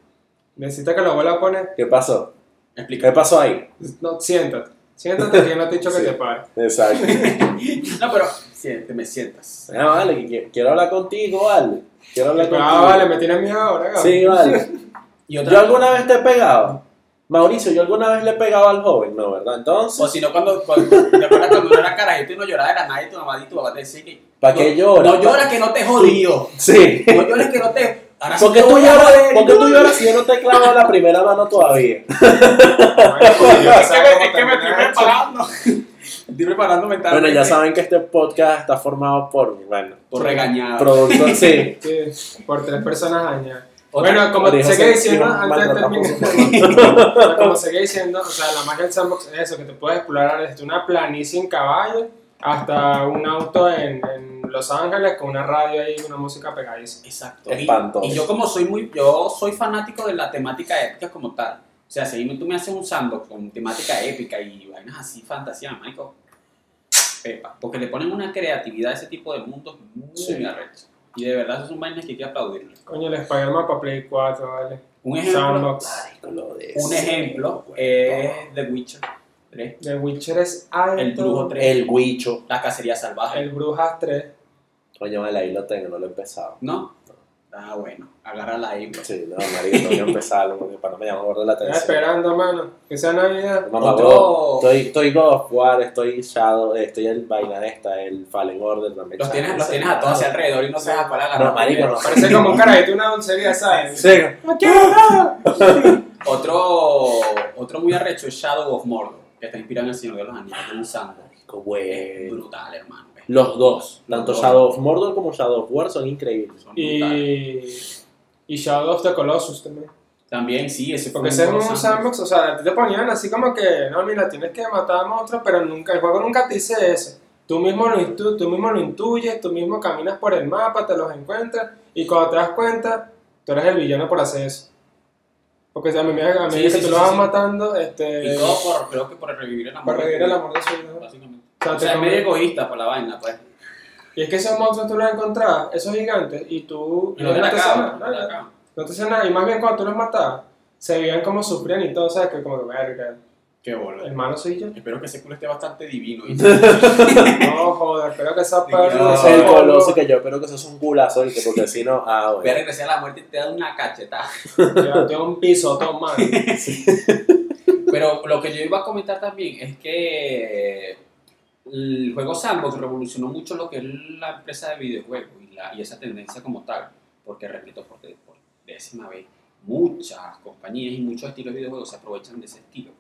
S1: necesita que la abuela pone,
S2: ¿Qué pasó? ¿Qué
S3: Explica.
S2: pasó ahí?
S1: no, siéntate. Siéntate que yo no te he dicho que
S2: Sí.
S1: te pares.
S2: Exacto.
S3: No, pero siente, me sientas.
S2: Ah, vale, que qui- quiero hablar contigo, vale. Quiero hablar contigo.
S1: Ah, vale, me tienes miedo ahora, cabrón.
S2: Sí, vale.
S3: Y
S2: ¿Yo
S3: otra
S2: alguna vez te he pegado? Mauricio, ¿yo alguna vez le he pegado al joven? No, ¿verdad?
S3: O
S2: Entonces,
S3: si no, cuando, cuando, ¿te acuerdas cuando uno era carajito y no lloraba era nadie, tu mamá y tu papá te decía que.
S2: ¿para qué
S3: no-
S2: lloras?
S3: No lloras que no te he jodido.
S2: Sí.
S3: No lloras que no te. Ahora sí
S2: ¿Por qué
S3: te
S2: tú
S3: voy a
S2: lloras,
S3: joder.
S2: ¿por qué tú lloras si yo no te he clavado la primera mano todavía?
S1: Bueno, pues, yo
S3: Es que
S1: sabía
S3: me,
S1: cómo
S3: es que me estoy
S1: terminar.
S3: preparando. Estoy preparando mentalmente.
S2: Bueno, ya saben que este podcast está formado por, bueno,
S3: Por regañar.
S2: productos, sí.
S1: Sí, por tres personas añadidas.
S3: Otra-
S1: Bueno, como
S2: María
S1: seguía
S2: José,
S1: diciendo
S2: sí,
S1: antes de
S2: maltratamos
S1: terminar, o sea, como seguía diciendo, o sea, la magia del sandbox es eso, que te puedes explorar desde una planicie en caballo hasta un auto en, en Los Ángeles con una radio ahí y una música pegadiza.
S3: Exacto. Y,
S2: Espantoso.
S3: y yo como soy muy, yo soy fanático de la temática épica como tal. O sea, si a mí tú me haces un sandbox con temática épica y vainas así, fantasía, marico. pepa, porque le ponen una creatividad a ese tipo de mundos muy
S2: Sí.
S3: arrecha. Y de verdad, esos son vainas que hay que aplaudirle.
S1: Coño, el Spider-Man para Play 4, ¿vale?
S3: Un ejemplo,
S1: Sandbox.
S3: un ejemplo es The Witcher 3,
S1: The Witcher es alto.
S3: El Brujo 3,
S2: El Huicho.
S3: La Cacería Salvaje,
S1: El Brujas 3.
S2: Coño, vale, ahí lo tengo, no lo he empezado.
S3: ¿no? Ah, bueno, agárrala ahí, pues.
S2: Sí, no, marico, no voy a empezarlo porque para no me llama gordo la
S1: Estaba
S2: atención.
S1: esperando, mano. Que sea Navidad.
S2: Mamá,
S3: Otro-
S2: huevo, estoy, estoy God of War, estoy Shadow, eh, estoy el vaina esta, el Fallen Order también.
S3: Los tienes,
S2: chamo,
S3: los
S2: sí.
S3: tienes a todos hacia alrededor y no sabes a cuál agarrar.
S2: No, marico, no.
S1: Parece como un carajito una dulcería, ¿sabes?
S2: Sí.
S3: Otro, otro muy arrecho es Shadow of Mordor, que está inspirado en El Señor de los Anillos, de un santo.
S2: Marico,
S3: Es
S2: bueno.
S3: brutal, hermano. es-
S2: Los dos, tanto
S3: Los dos.
S2: Shadow of Mordor como Shadow of War son increíbles.
S3: son brutales.
S1: Y. Y Shadow of the Colossus también.
S3: También, sí, ese fue
S1: Porque ese es un sandbox, o sea, a ti te ponían así como que, no, mira, tienes que matar a monstruos, pero nunca, el juego nunca te dice eso. Tú mismo, lo intu- tú mismo lo intuyes, tú mismo caminas por el mapa, te los encuentras, y cuando te das cuenta, tú eres el villano por hacer eso. Porque a mí me a mí
S3: Sí,
S1: que
S3: sí,
S1: tú
S3: sí,
S1: lo
S3: sí,
S1: vas
S3: sí.
S1: matando, este,
S3: Y todo por, creo que por revivir el amor.
S1: para
S3: de
S1: revivir
S3: tu
S1: el
S3: vida,
S1: amor de su hijo.
S3: Básicamente.
S1: O sea,
S3: O
S1: te
S3: sea, es medio
S1: convierte-
S3: egoísta por la vaina, pues.
S1: Y es que esos monstruos tú los encontrabas, esos gigantes, y tú
S3: Y no te la
S1: hacían nada,
S3: acaban, no
S1: no,
S3: te la
S1: no,
S3: acaban.
S1: no te hacían nada. Y más bien cuando tú los matabas, se veían como sufrían y todo, ¿sabes? Que como que, verga,
S3: Qué boludo.
S1: hermano soy yo.
S3: Espero que ese culo esté bastante divino. ¿viste?
S1: No, joder, espero que esa perra.
S3: No,
S1: ese
S2: el
S1: polvo-
S2: coloso que yo espero que eso es un culazo y que porque si no, ah,
S3: Voy a
S2: bueno.
S3: regresar a la muerte y te da una cachetada.
S1: Te te un pisotón, mano.
S3: Pero lo que yo iba a comentar también es que el juego Sandbox revolucionó mucho lo que es la empresa de videojuegos y, la- y esa tendencia como tal. Porque, repito, porque por décima vez, muchas compañías y muchos estilos de videojuegos se aprovechan de ese estilo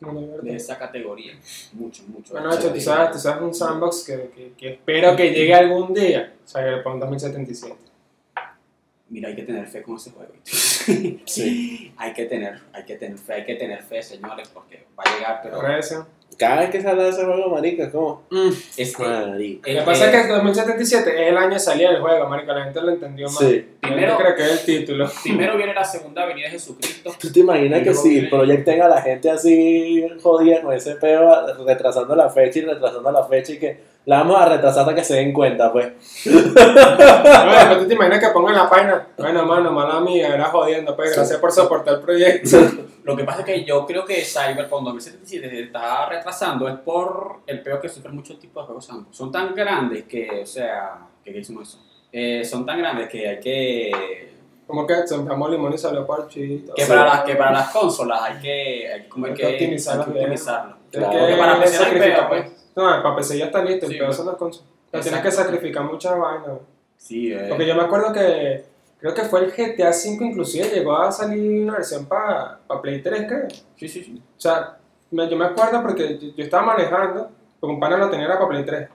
S3: como tal, de esa categoría. Mucho, mucho.
S1: Bueno, hecho, tú sabes, tú sabes un sandbox que, que, que espero que llegue algún día. O sea, el Pong 2077.
S3: Mira, hay que tener fe con ese juego.
S2: Sí.
S3: hay que tener, hay que tener fe, hay que tener fe, señores, porque va a llegar, pero
S1: Recio.
S2: Cada vez que se habla de ese juego, marico, es como. mm,
S3: es que
S2: marico.
S1: Lo que pasa es que el 2077 es el año de salida del juego, marico. La gente lo entendió más.
S2: Sí.
S1: Primero creo que es el título.
S3: primero viene la segunda venida de Jesucristo.
S2: ¿Tú te imaginas que si Project tenga a la gente así jodida con ese peo, retrasando la fecha y retrasando la fecha y que la vamos a retrasar hasta que se den cuenta, pues?
S1: No, después tú te imaginas que pongan la página. Bueno, mano, mala mía, era jodiendo. Pues
S2: Sí.
S1: gracias por soportar el proyecto.
S3: Lo que pasa es que yo creo que Cyberpunk 2077 se está retrasando es por el peor que sufren muchos tipos de juegos ambos. Son tan grandes que, o sea, ¿qué qué hicimos eso? Eh, son tan grandes que hay que...
S1: Como que se enfermó limón y salió parchito.
S3: Que,
S1: Sí.
S3: para, las, que para las consolas hay que, hay, como hay
S1: Hay
S3: que,
S1: que optimizarlas
S3: hay que
S1: bien.
S3: optimizarlo.
S1: Tienes
S2: Claro.
S1: que
S2: Porque para
S3: PC no hay
S1: sacrificar,
S3: peo, pues.
S1: No, para PC ya está listo,
S3: Sí,
S1: el pedo
S3: pues.
S1: son las consolas. O sea, tienes
S3: Exacto.
S1: que sacrificar muchas vainas.
S3: Sí, eh,
S1: Porque yo me acuerdo que creo que fue el GTA V inclusive, llegó a salir una versión para Play 3, creo. O
S3: sí, sí, sí.
S1: sea, me- yo me acuerdo porque yo, yo estaba manejando, porque un pana lo tenía para Play 3.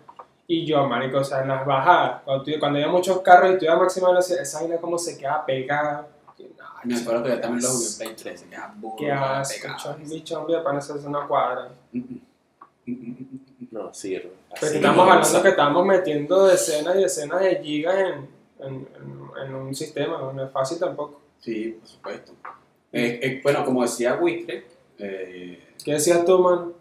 S1: Y yo, marico, o sea, en las bajadas, cuando, tu- cuando había muchos carros y tú ibas a máxima velocidad, esa vaina como se queda pegada. Que, no,
S3: Me acuerdo que yo también lo jugué en
S1: asco,
S3: Play 3, se queda burro,
S1: Qué asco,
S3: pegado.
S1: chon- bicho, hombre, para hacerse una cuadra.
S3: Mm, mm, mm, mm, mm.
S2: No, sirve.
S1: Pero
S2: Así
S1: Pues estamos
S2: no,
S1: hablando
S2: sí.
S1: que estamos metiendo decenas y decenas de gigas en, en, en- en un sistema, no es fácil tampoco.
S3: Sí, por supuesto. Eh, eh, bueno, como decía Witre, eh,
S1: ¿Qué decías tú, mano?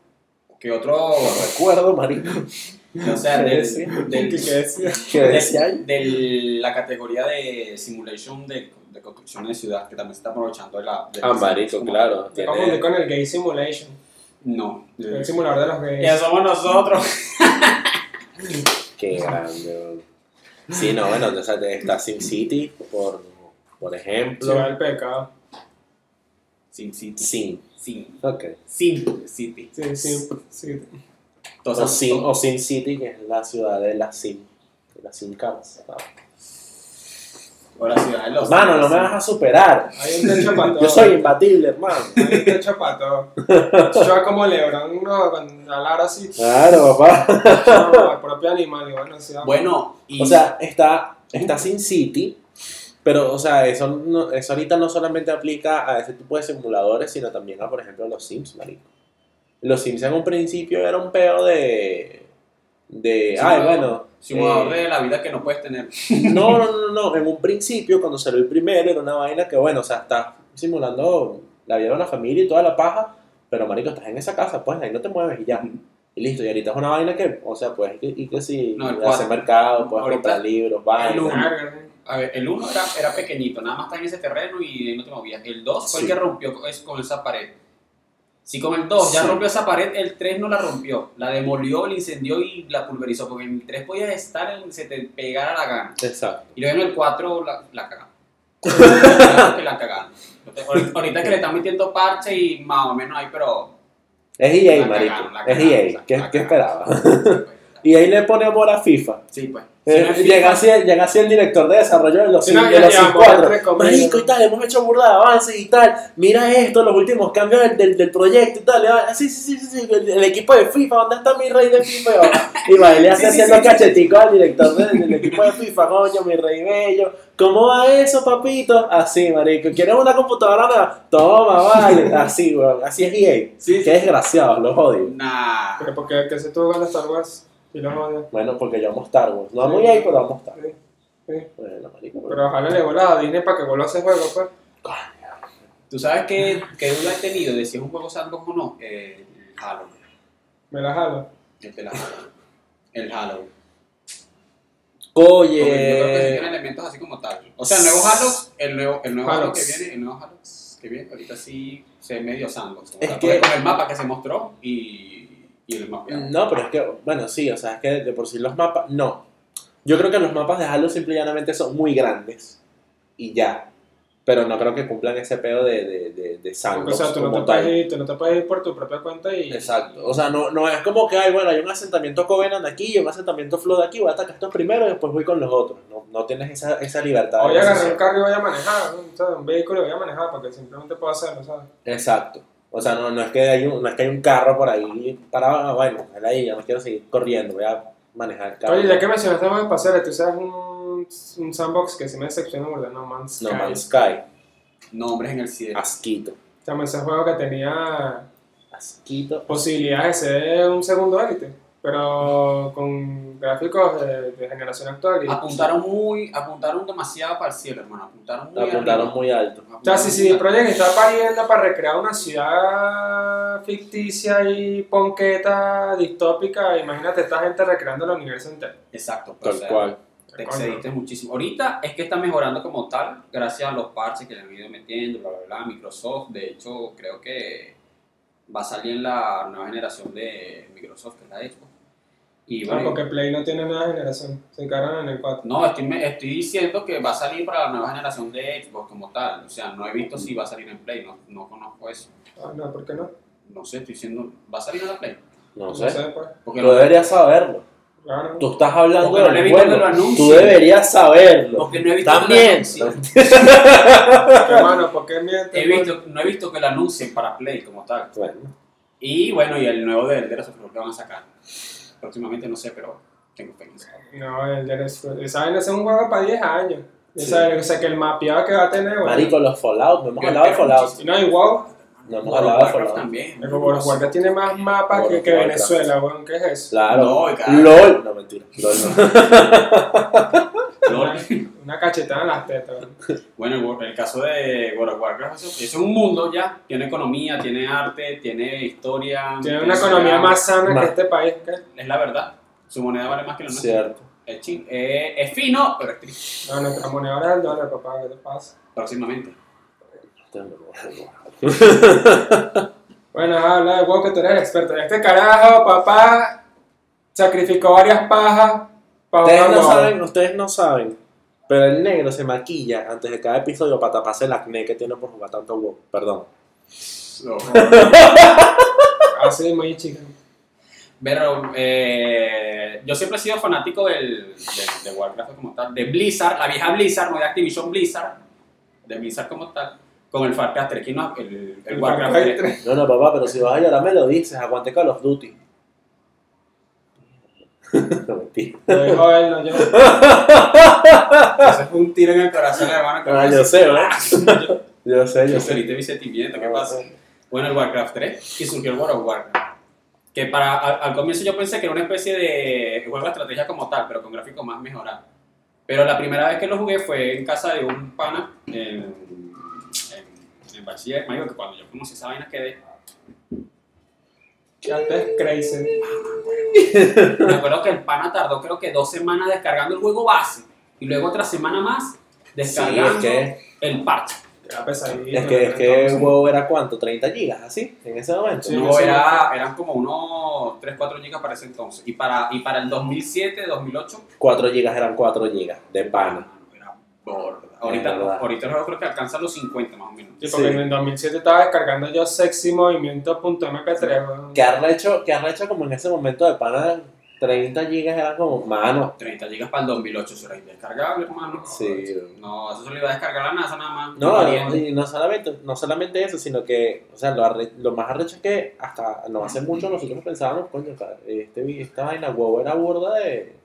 S3: que otro...
S2: No recuerdo, marico,
S3: O sea,
S2: ¿Qué
S3: del,
S2: decía?
S1: ¿Qué,
S3: del-
S1: qué decías?
S2: que decía ahí.
S3: del- del- la categoría de simulation de, de construcción de ciudad, que también se está aprovechando de la... de
S2: Ah,
S3: la-
S2: marico,
S3: como-
S2: claro.
S1: Me
S2: tiene-
S1: confundí con el Gay Simulation,
S3: No. eh,
S1: el simulador de los
S3: ya
S1: gays.
S3: somos nosotros.
S2: Qué grande, bro. Sí, no, bueno, o sea, está SimCity, por, por
S1: Ciudad
S2: ejemplo.
S1: del pecado.
S3: Sin City.
S2: Sim.
S3: Sin.
S2: Ok.
S3: Sin City.
S1: Sí, sí, sí.
S2: O
S3: Entonces,
S2: Sim, o Sim City, que es la ciudad de las Sim. De las Sim Cards. ¿no?
S3: o la ciudad de los...
S2: Hermano, no me vas a superar.
S1: Hay un techo para todo.
S2: Yo soy imbatible, hermano.
S1: Hay un techo para todo. Yo como Lebron, no, cuando hablar así,
S2: Claro, papá.
S1: no, pues, el propio animal, y bueno, sí,
S3: Bueno, y...
S2: O sea, está, está Sin City, pero, o sea, eso, no- eso ahorita no solamente aplica a ese tipo de simuladores, sino también a, por ejemplo, los Sims, marico. Los Sims en un principio era un peo de... De... Ay,
S3: Simulador.
S2: bueno.
S3: simulador
S2: eh,
S3: de la vida que no puedes tener.
S2: No, no, no, no. En un principio, cuando salió el primero, era una vaina que, bueno, o sea, estás simulando la vida de una familia y toda la paja, pero, marico, estás en esa casa, pues, ahí no te mueves y ya. Y listo, y ahorita es una vaina que, o sea, pues, y, y que si
S3: No, el
S2: hacer
S3: cuatro.
S2: mercado, puedes
S3: Ahorita-
S2: comprar libros, vainas.
S3: uno. A ver, el 1 era, era pequeñito, nada más está en ese terreno y ahí no te movías. El 2 fue
S2: Sí.
S3: el que rompió con, es- con esa pared. Si con el 2 ya
S2: Sí.
S3: rompió esa pared, el 3 no la rompió. La demolió, la incendió y la pulverizó. Porque en el 3 podías estar en se te pegara la gana.
S2: Exacto.
S3: Y luego en el 4 la, la cagaron. Claro que la cagaron. Ahorita- Ahorita que le están metiendo parche y más o menos ahí, pero.
S2: Es EA,
S3: La
S2: marico.
S3: cagaron, la
S2: es
S3: cagaron,
S2: EA.
S3: o sea,
S2: ¿Qué,
S3: la
S2: qué
S3: cagaron.
S2: esperaba? y ahí le pone amor a FIFA.
S3: Sí, pues. Si no
S2: Eh,
S3: es FIFA,
S2: llega, así, llega así el director de desarrollo de los,
S1: Sí, no,
S2: de
S1: ya-
S2: los
S1: ya,
S2: 4.
S1: entre comillas.
S2: Marico y tal, hemos hecho burda de avances y tal. Mira esto, los últimos cambios del, del, del proyecto y tal. Ah, sí, sí, sí, sí, sí, El, el equipo de FIFA, ¿dónde está mi rey de FIFA? Y va, y le hace
S3: Sí, sí,
S2: haciendo
S3: sí, sí.
S2: cachetico al director de- del, equipo de FIFA, coño, mi rey bello. ¿Cómo va eso, papito? Así, marico. ¿Quieres una computadora nueva? Toma, vale. Así, weón. Así es EA.
S3: Sí,
S2: Qué
S3: sí.
S2: desgraciados, los odio.
S3: Nah.
S1: Pero porque que si tú jugando Star Wars y los odias.
S2: Bueno, porque yo amo Star Wars. No amo EA, pero amo Star Wars.
S1: Sí, sí.
S2: Bueno, marico.
S1: Pero ojalá le vuelva a Disney para que vuelva a ese juego, pues.
S3: ¿Tú sabes qué, qué duda he tenido de si es un juego sandbox o no? Eh, el Halo.
S1: Me la jalo.
S3: El de la Halo. El Halo. Porque yo creo que sí
S2: Oye.
S3: tiene elementos así como tal. O sea, el nuevo Halo, el nuevo, el nuevo Halo que
S1: Halos.
S3: viene, el nuevo Halo que viene, ahorita sí se ve medio sandbox. como
S2: Es
S3: tal.
S2: que- Mm.
S3: Porque Con el mapa que se mostró y, y el mapa.
S2: No, pero es que, bueno, sí, o sea, es que de por sí los mapas. No. Yo creo que los mapas de Halo simple y llanamente son muy grandes. Y ya. Pero no creo que cumplan ese pedo de, de, de, de
S1: Porque,
S2: sandbox
S1: o sea, tú no,
S2: como
S1: te
S2: tal.
S1: puedes ir, tú no te puedes ir por tu propia cuenta y.
S2: Exacto. O sea, no, no es como que, ay, bueno, hay un asentamiento Covenant aquí y un asentamiento Flood aquí, voy a atacar estos primero y después voy con los otros. No, no tienes esa, esa libertad. de
S1: Voy a agarrar
S2: decisión.
S1: un carro y voy a manejar, ¿no? O sea, un vehículo y voy a manejar porque simplemente puedo hacerlo, ¿sabes?
S2: Exacto. O sea, no, no, es que hay un, no es que hay un carro por ahí para, ah, bueno, él ahí, ya no quiero seguir corriendo, voy a manejar el carro.
S1: Oye, ya que mencionaste juegos espaciales, tú sabes un, un sandbox que sí me decepciona burda, No Man's Sky.
S2: No Man's Sky.
S3: Nombres en el
S2: Ah,
S3: cielo.
S2: Asquito.
S1: O sea, ese juego que tenía
S2: Asquito.
S1: posibilidades de ser un segundo élite, pero con gráficos de, de generación actual. Y,
S3: Apuntaron muy, apuntaron demasiado para el cielo, hermano. Apuntaron muy
S2: apuntaron
S3: arriba.
S2: muy alto.
S1: O sea, si CD Projekt está pariendo para recrear una ciudad ficticia y ponqueta, distópica, imagínate esta gente recreando el universo entero.
S3: Exacto. pues, o
S2: Tal
S3: sea,
S2: cual.
S3: Te excediste muchísimo. Ahorita es que está mejorando como tal, gracias a los parches que le han ido metiendo, bla, bla, bla. Microsoft, de hecho, creo que va a salir en la nueva generación de Microsoft, que es la Xbox. Y
S1: Ah,
S3: bueno,
S1: porque Play no tiene nueva generación, se encargan en el 4.
S3: no, estoy, me- estoy diciendo que va a salir para la nueva generación de Xbox como tal. O sea, no he visto si va a salir en Play, no, no conozco eso.
S1: Ah, no, ¿por qué no?
S3: No sé, estoy diciendo, ¿va a salir en la Play?
S2: No sé.
S1: pues.
S3: Porque
S2: Tú
S3: no,
S2: deberías saberlo.
S1: Claro.
S2: Tú estás hablando
S3: Porque no
S2: del
S3: le he visto que lo
S2: juego.
S3: anuncie.
S2: Tú deberías saberlo.
S3: porque no he visto
S2: También.
S3: que lo anuncien.
S1: Hermano, ¿por qué mientes? pues?
S3: He visto, no he visto que lo anuncien para Play como tal.
S2: Bueno,
S3: Y bueno, y el nuevo de Elder Scrolls que van a sacar. Próximamente no sé, pero tengo fe en eso.
S1: No, el de Saben, ese es un juego para 10 años. Ya
S2: Sí.
S1: saben, o sea, que el mapeado que va a tener, bueno.
S2: Marico, los Fallout. No hemos
S3: Yo
S2: hablado de
S3: espero
S2: Fallout.
S3: muchísimo.
S1: No, y wow,
S2: No hemos
S3: World of
S2: hablado de
S3: Warcraft
S2: Fallout.
S3: también.
S1: el World of Warcraft tiene más mapas
S2: World
S1: que,
S2: of
S1: que
S2: Warcraft.
S1: Venezuela, weón, ¿qué es eso?
S2: Claro.
S3: No, y cada-
S2: LOL. No, mentira. LOL no.
S3: LOL.
S1: Una cachetada en las tetas, weón.
S3: Bueno, el, World- el caso de World of Warcraft eso- eso es un mundo ya. Tiene economía, tiene arte, tiene historia.
S1: Tiene una economía
S3: ciudad.
S1: más sana
S2: Más.
S1: que este país, ¿qué?
S3: Es la verdad. Su moneda vale más que la nuestra.
S2: Cierto.
S3: Es, chin- eh, es fino, pero es triste.
S1: No, nuestra moneda ahora es el dólar, papá, ¿qué te pasa?
S3: Próximamente.
S1: Bueno, ajá, habla de WoW que tú eres el experto. Este carajo, papá, sacrificó varias pajas para
S2: Ustedes
S1: jugar
S2: no
S1: WoW.
S2: saben, ustedes no saben, pero el negro se maquilla antes de cada episodio para taparse el acné que tiene por jugar tanto WoW. Perdón.
S3: Lo-
S1: Así, Ah, muy chica.
S3: Pero eh, yo siempre he sido fanático del, de, de Warcraft como tal, de Blizzard, la vieja Blizzard, no de Activision Blizzard, de Blizzard como tal, con el Far Cry 3, que no- el, el
S1: El
S3: Warcraft
S1: Warcraft
S3: 3.
S2: No, no, papá, pero si vas a llorar me lo dices, aguante Call of Duty. No, mentira.
S1: Lo dijo él, no yo.
S3: Eso es un tiro en el corazón, hermano. que
S2: Ah,
S3: me
S2: yo
S3: dice,
S2: sé, ¿verdad? Yo sé, yo sé.
S3: Yo solito vi sentimiento, ¿qué pasa? Ah, Bueno, el Warcraft 3 y surgió el World of Warcraft. Que para, al, al comienzo yo pensé que era una especie de juego de estrategia como tal, pero con gráfico más mejorado. Pero la primera vez que lo jugué fue en casa de un pana en, en, en Bachiller, marico, que cuando yo conocí esa vaina quedé.
S1: que antes Crazy.
S3: Me acuerdo que el pana tardó creo que dos semanas descargando el juego base y luego otra semana más descargando
S2: Sí, es
S3: el parche.
S1: Era pesadito.
S2: Es que, es que el huevo era cuánto, 30 gigas, así, en ese momento.
S1: Sí,
S3: no,
S1: eso
S3: era, eran como unos 3, 4 gigas para ese entonces. Y para, y para el 2007, 2008,
S2: 4 gigas eran 4 gigas de pana.
S3: era borda. Ahorita,
S2: Es verdad.
S3: ahorita yo creo que alcanza los 50 más o menos.
S1: Sí, porque
S2: Sí.
S1: en el 2007 estaba descargando yo sexymovimiento.mp3. weón.
S2: ¿Qué arrecho, qué arrecho como en ese momento de pana 30 gigas eran como, mano,
S3: 30 gigas para el 2008, será indescargable, hermano.
S2: Sí.
S3: No, eso se lo iba a descargar la NASA nada más.
S2: No,
S3: Valiente.
S2: y no solamente, no solamente eso, sino que, o sea, lo, arre- lo más arrecho es que hasta no hace mucho nosotros pensábamos, coño, ca- este, vi- esta vaina huevo era burda de,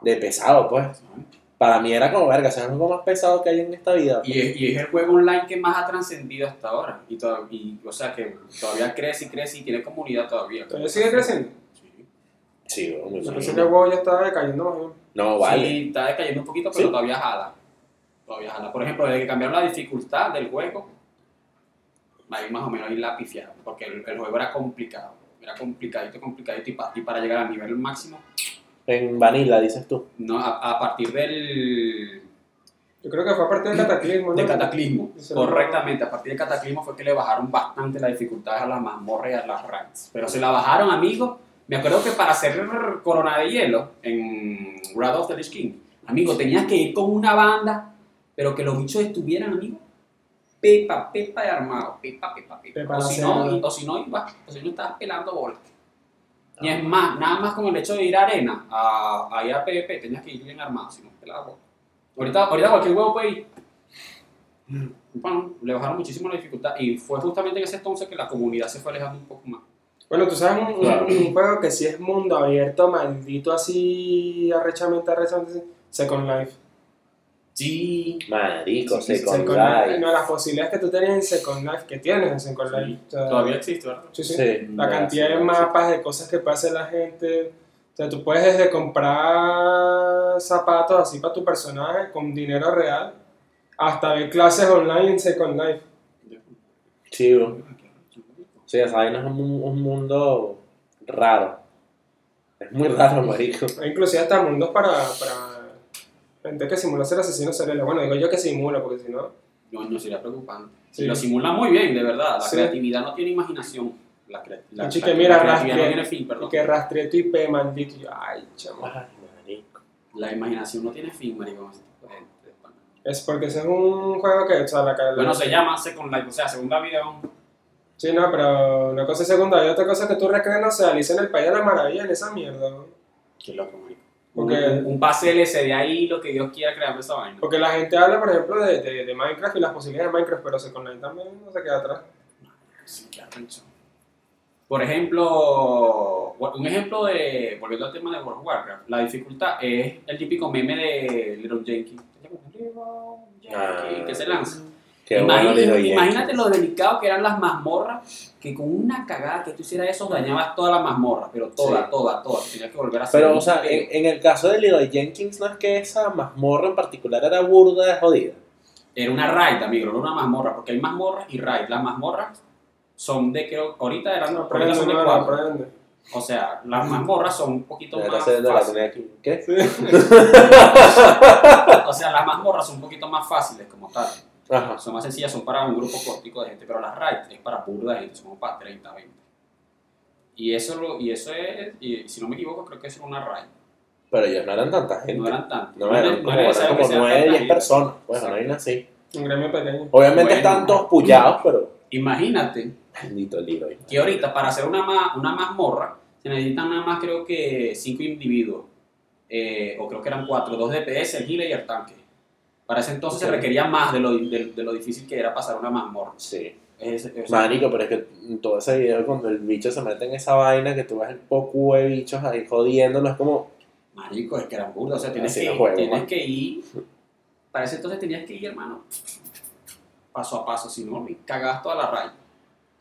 S2: de pesado, pues. Para mí era como verga, o sea, es algo más pesado que hay en esta vida.
S3: Y es, y es el juego online que más ha trascendido hasta ahora. Y, toda- y, o sea, que todavía crece y crece y tiene comunidad todavía.
S1: Todavía sigue creciendo.
S3: Sí.
S2: Sí, bueno, muy
S1: Me
S2: bien.
S1: parece que el huevo ya estaba decayendo más bien.
S2: No, vale.
S3: Sí, está decayendo un poquito, pero
S2: Sí.
S3: todavía jala. Todavía jala. Por ejemplo, desde que cambiaron la dificultad del juego, ahí más o menos ahí la pifiaron. Porque el, el juego era complicado. Era complicadito, complicadito. Y, pa- y para llegar al nivel máximo,
S2: En Vanilla, dices tú.
S3: no, a, a partir del
S1: Yo creo que fue a partir del cataclismo, ¿no?
S3: de Cataclismo.
S1: Eso no-
S3: Correctamente, a partir de Cataclismo fue que le bajaron bastante las dificultades a las mazmorras y a las raids. Pero se la bajaron, amigos. Me acuerdo que para hacer Corona de Hielo en Wrath of the Lich King, amigo, tenías que ir con una banda, pero que los bichos estuvieran, amigo, pepa, pepa de armado, pepa, pepa, pepa.
S1: Pepa
S3: o,
S1: la
S3: si
S1: cena.
S3: no, y- o si no, ibas- o si no estabas pelando bolas. Y
S1: Ah.
S3: es más, nada más con el hecho de ir a arena, a, a ir a PvP, tenías que ir bien armado, si no pelabas bolas. Ahorita, ahorita cualquier huevo puede ir
S1: Mm.
S3: bueno, le bajaron muchísimo la dificultad y fue justamente en ese entonces que la comunidad se fue alejando un poco más.
S1: Bueno, tú sabes un, un-
S2: Claro.
S1: un juego que sí es mundo abierto, maldito así, arrechamente, arrechamente, así, Second Life.
S3: Sí.
S2: Marico,
S1: Sí,
S2: Second
S1: Second Life.
S2: Life.
S1: No, las posibilidades que tú tenías en Second Life, que tienes en Second Life. o sea,
S3: Todavía existe, ¿verdad?
S1: Sí, sí.
S2: Sí,
S1: La cantidad de
S2: sí,
S1: mapas, de cosas que puede hacer la gente. O sea, tú puedes desde comprar zapatos así para tu personaje con dinero real hasta ver clases online en Second Life.
S2: Sí, bro. sí, esa vaina es un, mu- un mundo raro. Es muy raro, marico.
S1: Hay inclusive hasta mundos para, para gente que simula ser asesino serial. Bueno, digo yo que simula, porque si no...
S3: No, no sería preocupante.
S1: Sí.
S3: Lo simula muy bien, de verdad. La
S1: Sí.
S3: creatividad no tiene imaginación. La, cre- la,
S1: Así
S3: la-
S1: que mira,
S3: la creatividad
S1: rastre-
S3: no tiene fin,
S1: Y
S3: perdón.
S1: que rastré tu IP, maldito. Y yo, Ay, chamo.
S2: Ay, marico.
S3: La imaginación no tiene fin, marico. eh,
S1: Es porque ese es un juego que, o sea, la cara.
S3: Bueno, se llama Second Life, o sea, segunda vida. ¿no?
S1: Sí, no, pero una cosa es segunda y otra cosa es que tú recreas, o sea, Alicia en el País de la Maravilla, en esa mierda. ¿no?
S3: Qué loco, marico.
S1: Porque-
S3: Un, un pase LCD ahí, lo que Dios quiera creando esa vaina.
S1: Porque la gente habla, por ejemplo, de, de, de Minecraft y las posibilidades de Minecraft, pero Second Life también no se queda atrás.
S3: Sí, qué arrecho. Por ejemplo, un ejemplo de, volviendo al tema de World of Warcraft, la dificultad es el típico meme de Little Jenkins.
S2: Ah.
S3: que se lanza.
S2: Qué
S3: Imagina-
S2: bueno, Little Jenkins.
S3: imagínate lo delicado que eran las mazmorras, que con una cagada que tú hicieras eso dañabas toda la mazmorra, pero toda,
S2: Sí.
S3: toda, toda. Tenías que volver a hacer.
S2: Pero,
S3: un
S2: o sea, eh,
S3: peo.
S2: en, en el caso de Leroy Jenkins, no es que esa mazmorra en particular era burda de jodida.
S3: Era una raid, amigo, no era una mazmorra, porque hay mazmorras y raid. Las mazmorras son de, creo, ahorita eran,
S1: No
S3: ahorita
S1: aprende,
S3: son de
S1: no
S3: cuatro.
S1: aprende.
S3: O sea, las mazmorras son un poquito
S2: Ya
S3: más
S2: sé de la
S3: fáciles.
S2: tenía aquí. ¿Qué?
S3: O sea, las mazmorras son un poquito más fáciles como tal.
S2: Ajá.
S3: Son más sencillas, son para un grupo cortico de gente, pero las raids es para burda de gente, son como para 30, 20. Y eso, lo, y eso es, y si no me equivoco, creo que eso era una raid.
S2: Pero ellos no eran tanta gente.
S3: No eran tantas.
S2: No, eran,
S3: es-
S2: como,
S3: es necesario
S2: eran
S3: que
S2: como
S3: sean
S2: nueve,
S3: tantas
S2: diez
S3: gente.
S2: personas. Bueno,
S3: Exacto.
S2: no hay nada así.
S1: Un gremio pequeño.
S2: Obviamente
S3: Bueno.
S2: están todos pullados, pero...
S3: Imagínate
S2: Maldito Leroy.
S3: que ahorita para hacer una, ma- una mazmorra se necesitan nada más creo que 5 individuos. Eh, o creo que eran 4, 2 DPS, el healer y el tanque. Para ese entonces
S2: Ok.
S3: se requería más de lo, de- de lo difícil que era pasar una mazmorra.
S2: Sí.
S3: Es- es-
S2: Marico, pero es que en todo ese video cuando el bicho se mete en esa vaina que tú ves el poco de bichos ahí jodiéndolo, es como...
S3: Marico, es que era burda, o sea, tienes,
S2: Así
S3: que,
S2: no juego,
S3: tienes
S2: ¿no?
S3: que ir. Para ese entonces tenías que ir, hermano, paso a paso, si no, cagabas toda la raya.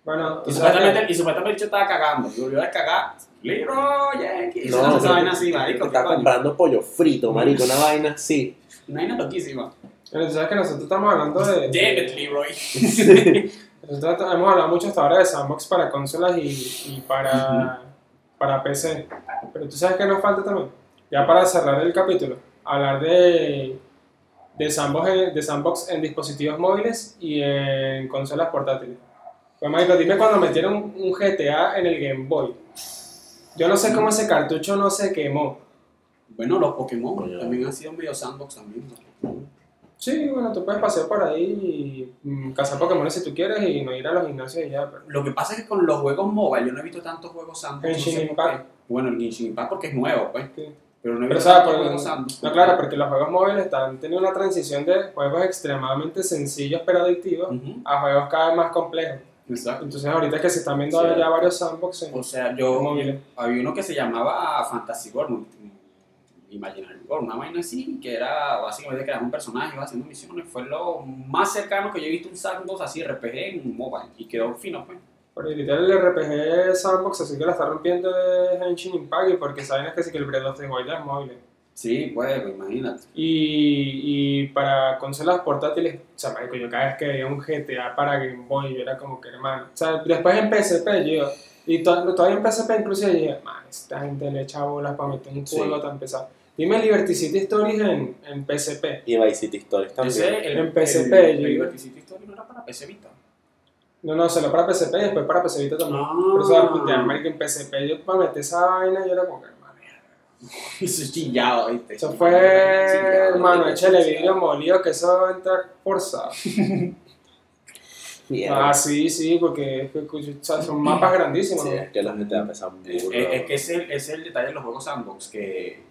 S1: Bueno,
S3: Y
S1: tú sabes que-
S3: supuestamente, y supuestamente el chico estaba cagando, y volvió a cagar. Libro, Yankee. No,
S2: No,
S3: esa
S2: pero-
S3: vaina así, marico,
S2: Te
S3: qué
S2: está
S3: coño.
S2: comprando pollo frito, marico, una vaina así.
S3: Una vaina loquísima.
S1: bueno, tú sabes que nosotros estamos hablando de.
S3: Damn it, Leroy.
S1: Nosotros Nosotros hemos hablado mucho hasta ahora de sandbox para consolas y, y para, para PC. Pero tú sabes que nos falta también. Ya para cerrar el capítulo, hablar de, de, sandbox, en, de sandbox en dispositivos móviles y en consolas portátiles. Pues, Michael, dime cuando metieron un GTA en el Game Boy. Yo no sé cómo ese cartucho no se quemó.
S3: Bueno, los Pokémon
S2: Oye.
S3: también han sido medio sandbox también. los Pokémon.
S1: Sí, bueno, tú puedes pasear por ahí y mm, cazar Pokémon si tú quieres y no ir a los gimnasios y ya, pero...
S3: Lo que pasa es que con los juegos mobile yo no he visto tantos juegos sandbox. no
S1: Genshin
S3: sé por qué.
S1: Impact.
S3: Bueno, el Genshin Impact porque es nuevo, pues.
S1: Sí.
S3: Pero no he
S1: Pero,
S3: visto
S1: ¿sabes?
S3: tantos
S1: Porque-
S3: juegos sandbox.
S1: No, claro, porque los juegos móviles están teniendo una transición de juegos extremadamente sencillos pero adictivos
S3: Ujú,
S1: a juegos cada vez más complejos.
S3: Exacto.
S1: Entonces ahorita es que se están viendo
S2: Sí.
S1: ya varios sandbox en
S3: O sea, yo
S1: móviles.
S3: había uno que se llamaba Fantasy World, Imaginary World, una vaina así, que era básicamente crear un personaje, iba haciendo misiones. Fue lo más cercano que yo he visto un sandbox así, RPG en mobile. Y quedó fino, pues.
S1: Pero ahorita el RPG sandbox así que la está rompiendo es Genshin Impact y porque saben es que sí que el Breath of the Wild es móvil.
S3: Sí, pues, imagínate.
S1: Y, y para consolas portátiles, o sea, marico, yo cada vez que veía un GTA para Game Boy, yo era como que, hermano, o sea, después en PSP, yo, y to- todavía en PSP inclusive, yo dije, man, esta gente le echa bolas para meter un
S2: Sí.
S1: juego tan pesado. Dime Liberty City Stories en, en PSP.
S2: Y Vice City Stories también.
S3: Ese, el,
S1: En PSP,
S3: el- el
S1: yo-
S3: Liberty City Story no era para PC Vita.
S1: No, no, solo para PSP y después para PSP también.
S3: No.
S1: Pero, o sea,
S3: Ah.
S1: putear, marico, en PSP, yo para meter esa vaina, yo era como que, hermano,
S3: Eso es chillado, ¿viste?
S1: eso
S3: Chillado,
S1: fue, hermano,
S3: ¿viste?
S1: échale vidrio molido, que eso va a entrar forzado.
S2: Mierda.
S1: Ah, sí, sí, porque es que, o sea, son mapas grandísimos.
S2: Sí,
S1: ¿no?
S2: es que los GTA pesan mucho.
S3: Es, es que es el, es el detalle de los juegos sandbox, que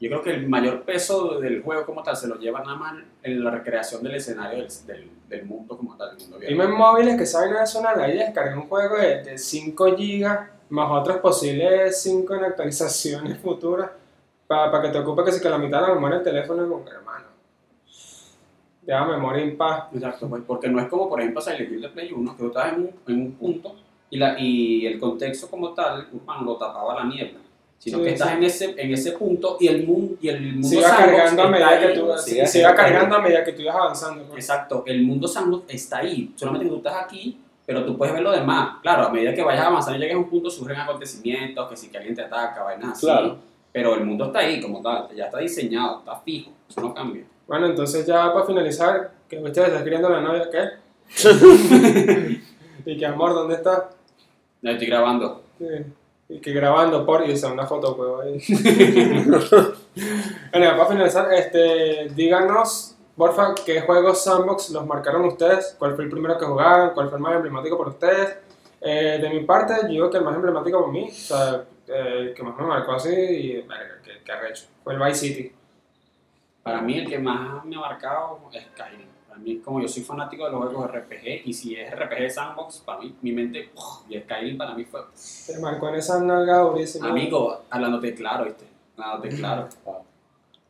S3: yo creo que el mayor peso del juego como tal se lo lleva nada más en la recreación del escenario del, del, del mundo como tal, del mundo abierto.
S1: Dime en móviles que saben eso una la idea descargar un juego de, de 5 GB más otros posibles 5 en actualizaciones futuras para que te ocupe que si que la mitad de la memoria del teléfono es como que, hermano. Deja memoria en paz.
S3: Exacto, pues, porque no es como, por ejemplo, Silent Hill de Play 1, que tú estabas en un, en un punto y, la, y el contexto como tal, urbano, lo tapaba la niebla. Sino
S1: Sí,
S3: que estás
S1: sí.
S3: en ese, en ese punto y el mundo, y el mundo
S1: Se iba
S3: sandbox
S1: cargando a
S3: está
S1: medida que
S3: ahí.
S1: tú
S2: sí,
S1: se-
S2: sí,
S1: se iba
S2: sí.
S1: cargando a medida que tú ibas avanzando. pues. ¿no?
S3: Exacto, el mundo sandbox está ahí, solamente que tú estás aquí, pero tú puedes ver lo demás. Claro, a medida que vayas avanzando y llegues a un punto, surgen acontecimientos, que si que alguien te ataca, vainas así.
S2: Claro.
S3: Pero el mundo está ahí como tal, ya está diseñado, está fijo, eso no cambia.
S1: Bueno, entonces ya para finalizar, que ustedes están criando a la novia, ¿qué? y que amor, ¿dónde está?
S3: Ya estoy grabando.
S1: Sí, Y que grabando por y o sea, una foto, pues. ahí. bueno, para finalizar, este, díganos, porfa, qué juegos sandbox los marcaron ustedes, cuál fue el primero que jugaron, cuál fue el más emblemático para ustedes. Eh, de mi parte, yo digo que el más emblemático para mí, o sea, eh, el que más me marcó así, y verga, qué, qué arrecho, fue el Vice City.
S3: Para mí el que más me ha marcado es Skyrim. Para mí, como yo soy fanático de los juegos RPG, y si es RPG sandbox, para mí, mi mente, uf, y Skyrim para mí fue,
S1: Se marcó en esa nalga durísima.
S3: amigo, hablándote claro, ¿viste? Hablándote claro.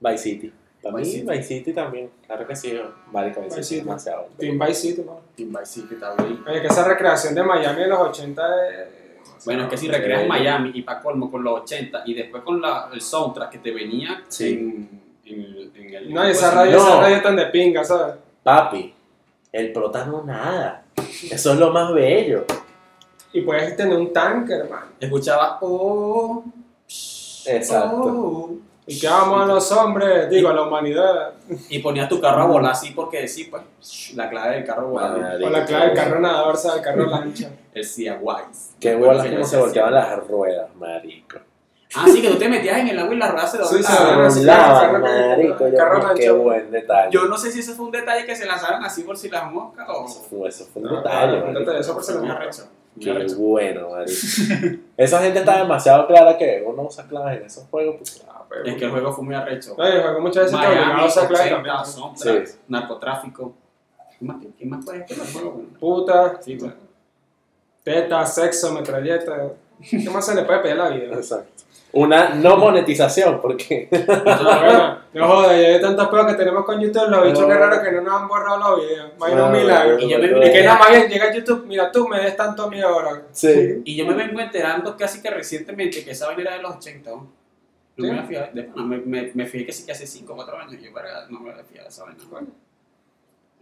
S2: Vice City. Para
S3: Vice
S2: mí,
S3: City.
S2: Vice City también. Claro que sí. Marico, Vice
S1: Vice
S2: City es
S1: City.
S2: demasiado.
S1: Team Vice City, ¿no?
S3: Team Vice City también.
S1: Oye, que esa recreación de Miami de los eh, 80 es...
S3: Bueno, es que si
S2: Sí.
S3: recreas Miami y pa' colmo con los 80 y después con la, el soundtrack que te venía
S2: Sí.
S3: en, en- en el.
S1: No, y esa radio,
S2: No.
S1: esa radio tan de pinga, ¿sabes?
S2: Papi, el prota no nada. Eso es lo más bello.
S1: Y puedes tener un tanque, hermano.
S3: Escuchabas. Oh,
S2: Exacto.
S3: oh,
S1: Y que vamos a los hombres, digo, a la humanidad.
S3: y ponías tu carro a volar así porque sí, pues. La clave del carro
S2: Ah.
S3: volando.
S1: O la clave del carro nadador, ¿sabes? El carro lancha.
S3: El Sea Wise.
S2: Qué
S3: bueno
S2: bolas como se volteaban las ruedas, marico.
S3: Ah, sí, que tú te metías en el agua y la rueda se
S1: Sí, se
S3: doblaba.
S1: Ah, doblaba. sí, el
S2: Volaban,
S1: carro que-
S2: marico.
S1: el
S2: yo
S1: carro
S2: como, qué
S1: manchado.
S2: buen detalle.
S3: Yo no sé si ese fue un detalle que se lanzaron así por si las moscas o.
S2: Eso fue, eso fue un
S1: No,
S2: detalle,
S1: no, no,
S2: marico.
S1: eso por si las
S3: Muy
S1: moscas.
S3: arrecho, muy
S2: Qué
S3: arrecho.
S2: bueno, marico. Esa gente está demasiado clara que uno usa claves en esos juegos. porque-
S1: Ah, pero-
S3: Es que el juego fue muy arrecho.
S1: No, yo juego muchas veces te obligaba a
S3: Miami,
S1: usar clave
S3: 80,
S1: también.
S3: sombras,
S2: Sí.
S3: narcotráfico. ¿Qué más, qué más puede ser? Bueno,
S1: Puta,
S3: Sí, bueno.
S1: teta, sexo, metralleta. ¿Qué más se le puede pedir a la vida?
S2: Exacto. Una no monetización, porque
S3: pues.
S1: Bueno, no jodas, ya hay tantos pedos que tenemos con YouTube, los bichos
S2: No.
S1: que raro que no nos han borrado los videos. Imagina un
S2: No,
S1: milagro.
S2: no,
S1: Y
S3: yo me
S2: no,
S3: vi
S1: que
S2: no.
S1: nada más bien llega YouTube, mira, tú me des tanto a mí ahora.
S2: Sí.
S3: Y yo me vengo enterando casi que recientemente que esa vaina era de los 80. ¿no? No
S1: Sí.
S3: me la fijaba, de pana, me, me, me fijé que sí que hace 5 o 4 años. Yo verga, no me la fijaba de esa vaina.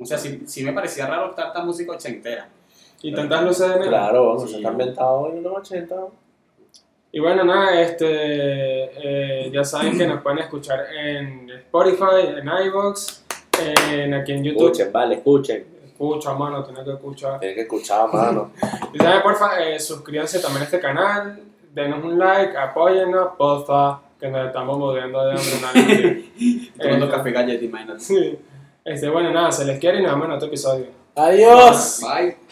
S3: O sea, sí, sí me parecía raro tanta música ochentera.
S1: Y tantas luces de negro.
S2: Claro, vamos,
S3: Sí.
S2: se está ambientado en los 80.
S1: Y bueno, nada, este, eh, ya saben que nos pueden escuchar en Spotify, en iVoox, en aquí en YouTube.
S2: Escuchen, vale, escuchen.
S1: Escucha, mano, tiene que escuchar.
S2: Tienen que escuchar, mano.
S1: Y saben, porfa, eh, suscríbanse también a este canal, denos un like, apóyennos, porfa, que nos estamos muriendo de hambre. nada, mentira.
S3: Tomando
S1: Eh,
S3: café galleta, imagínate.
S1: Sí. Este, bueno, nada, se les quiere y nos vemos en otro episodio.
S2: Adiós.
S3: Bye.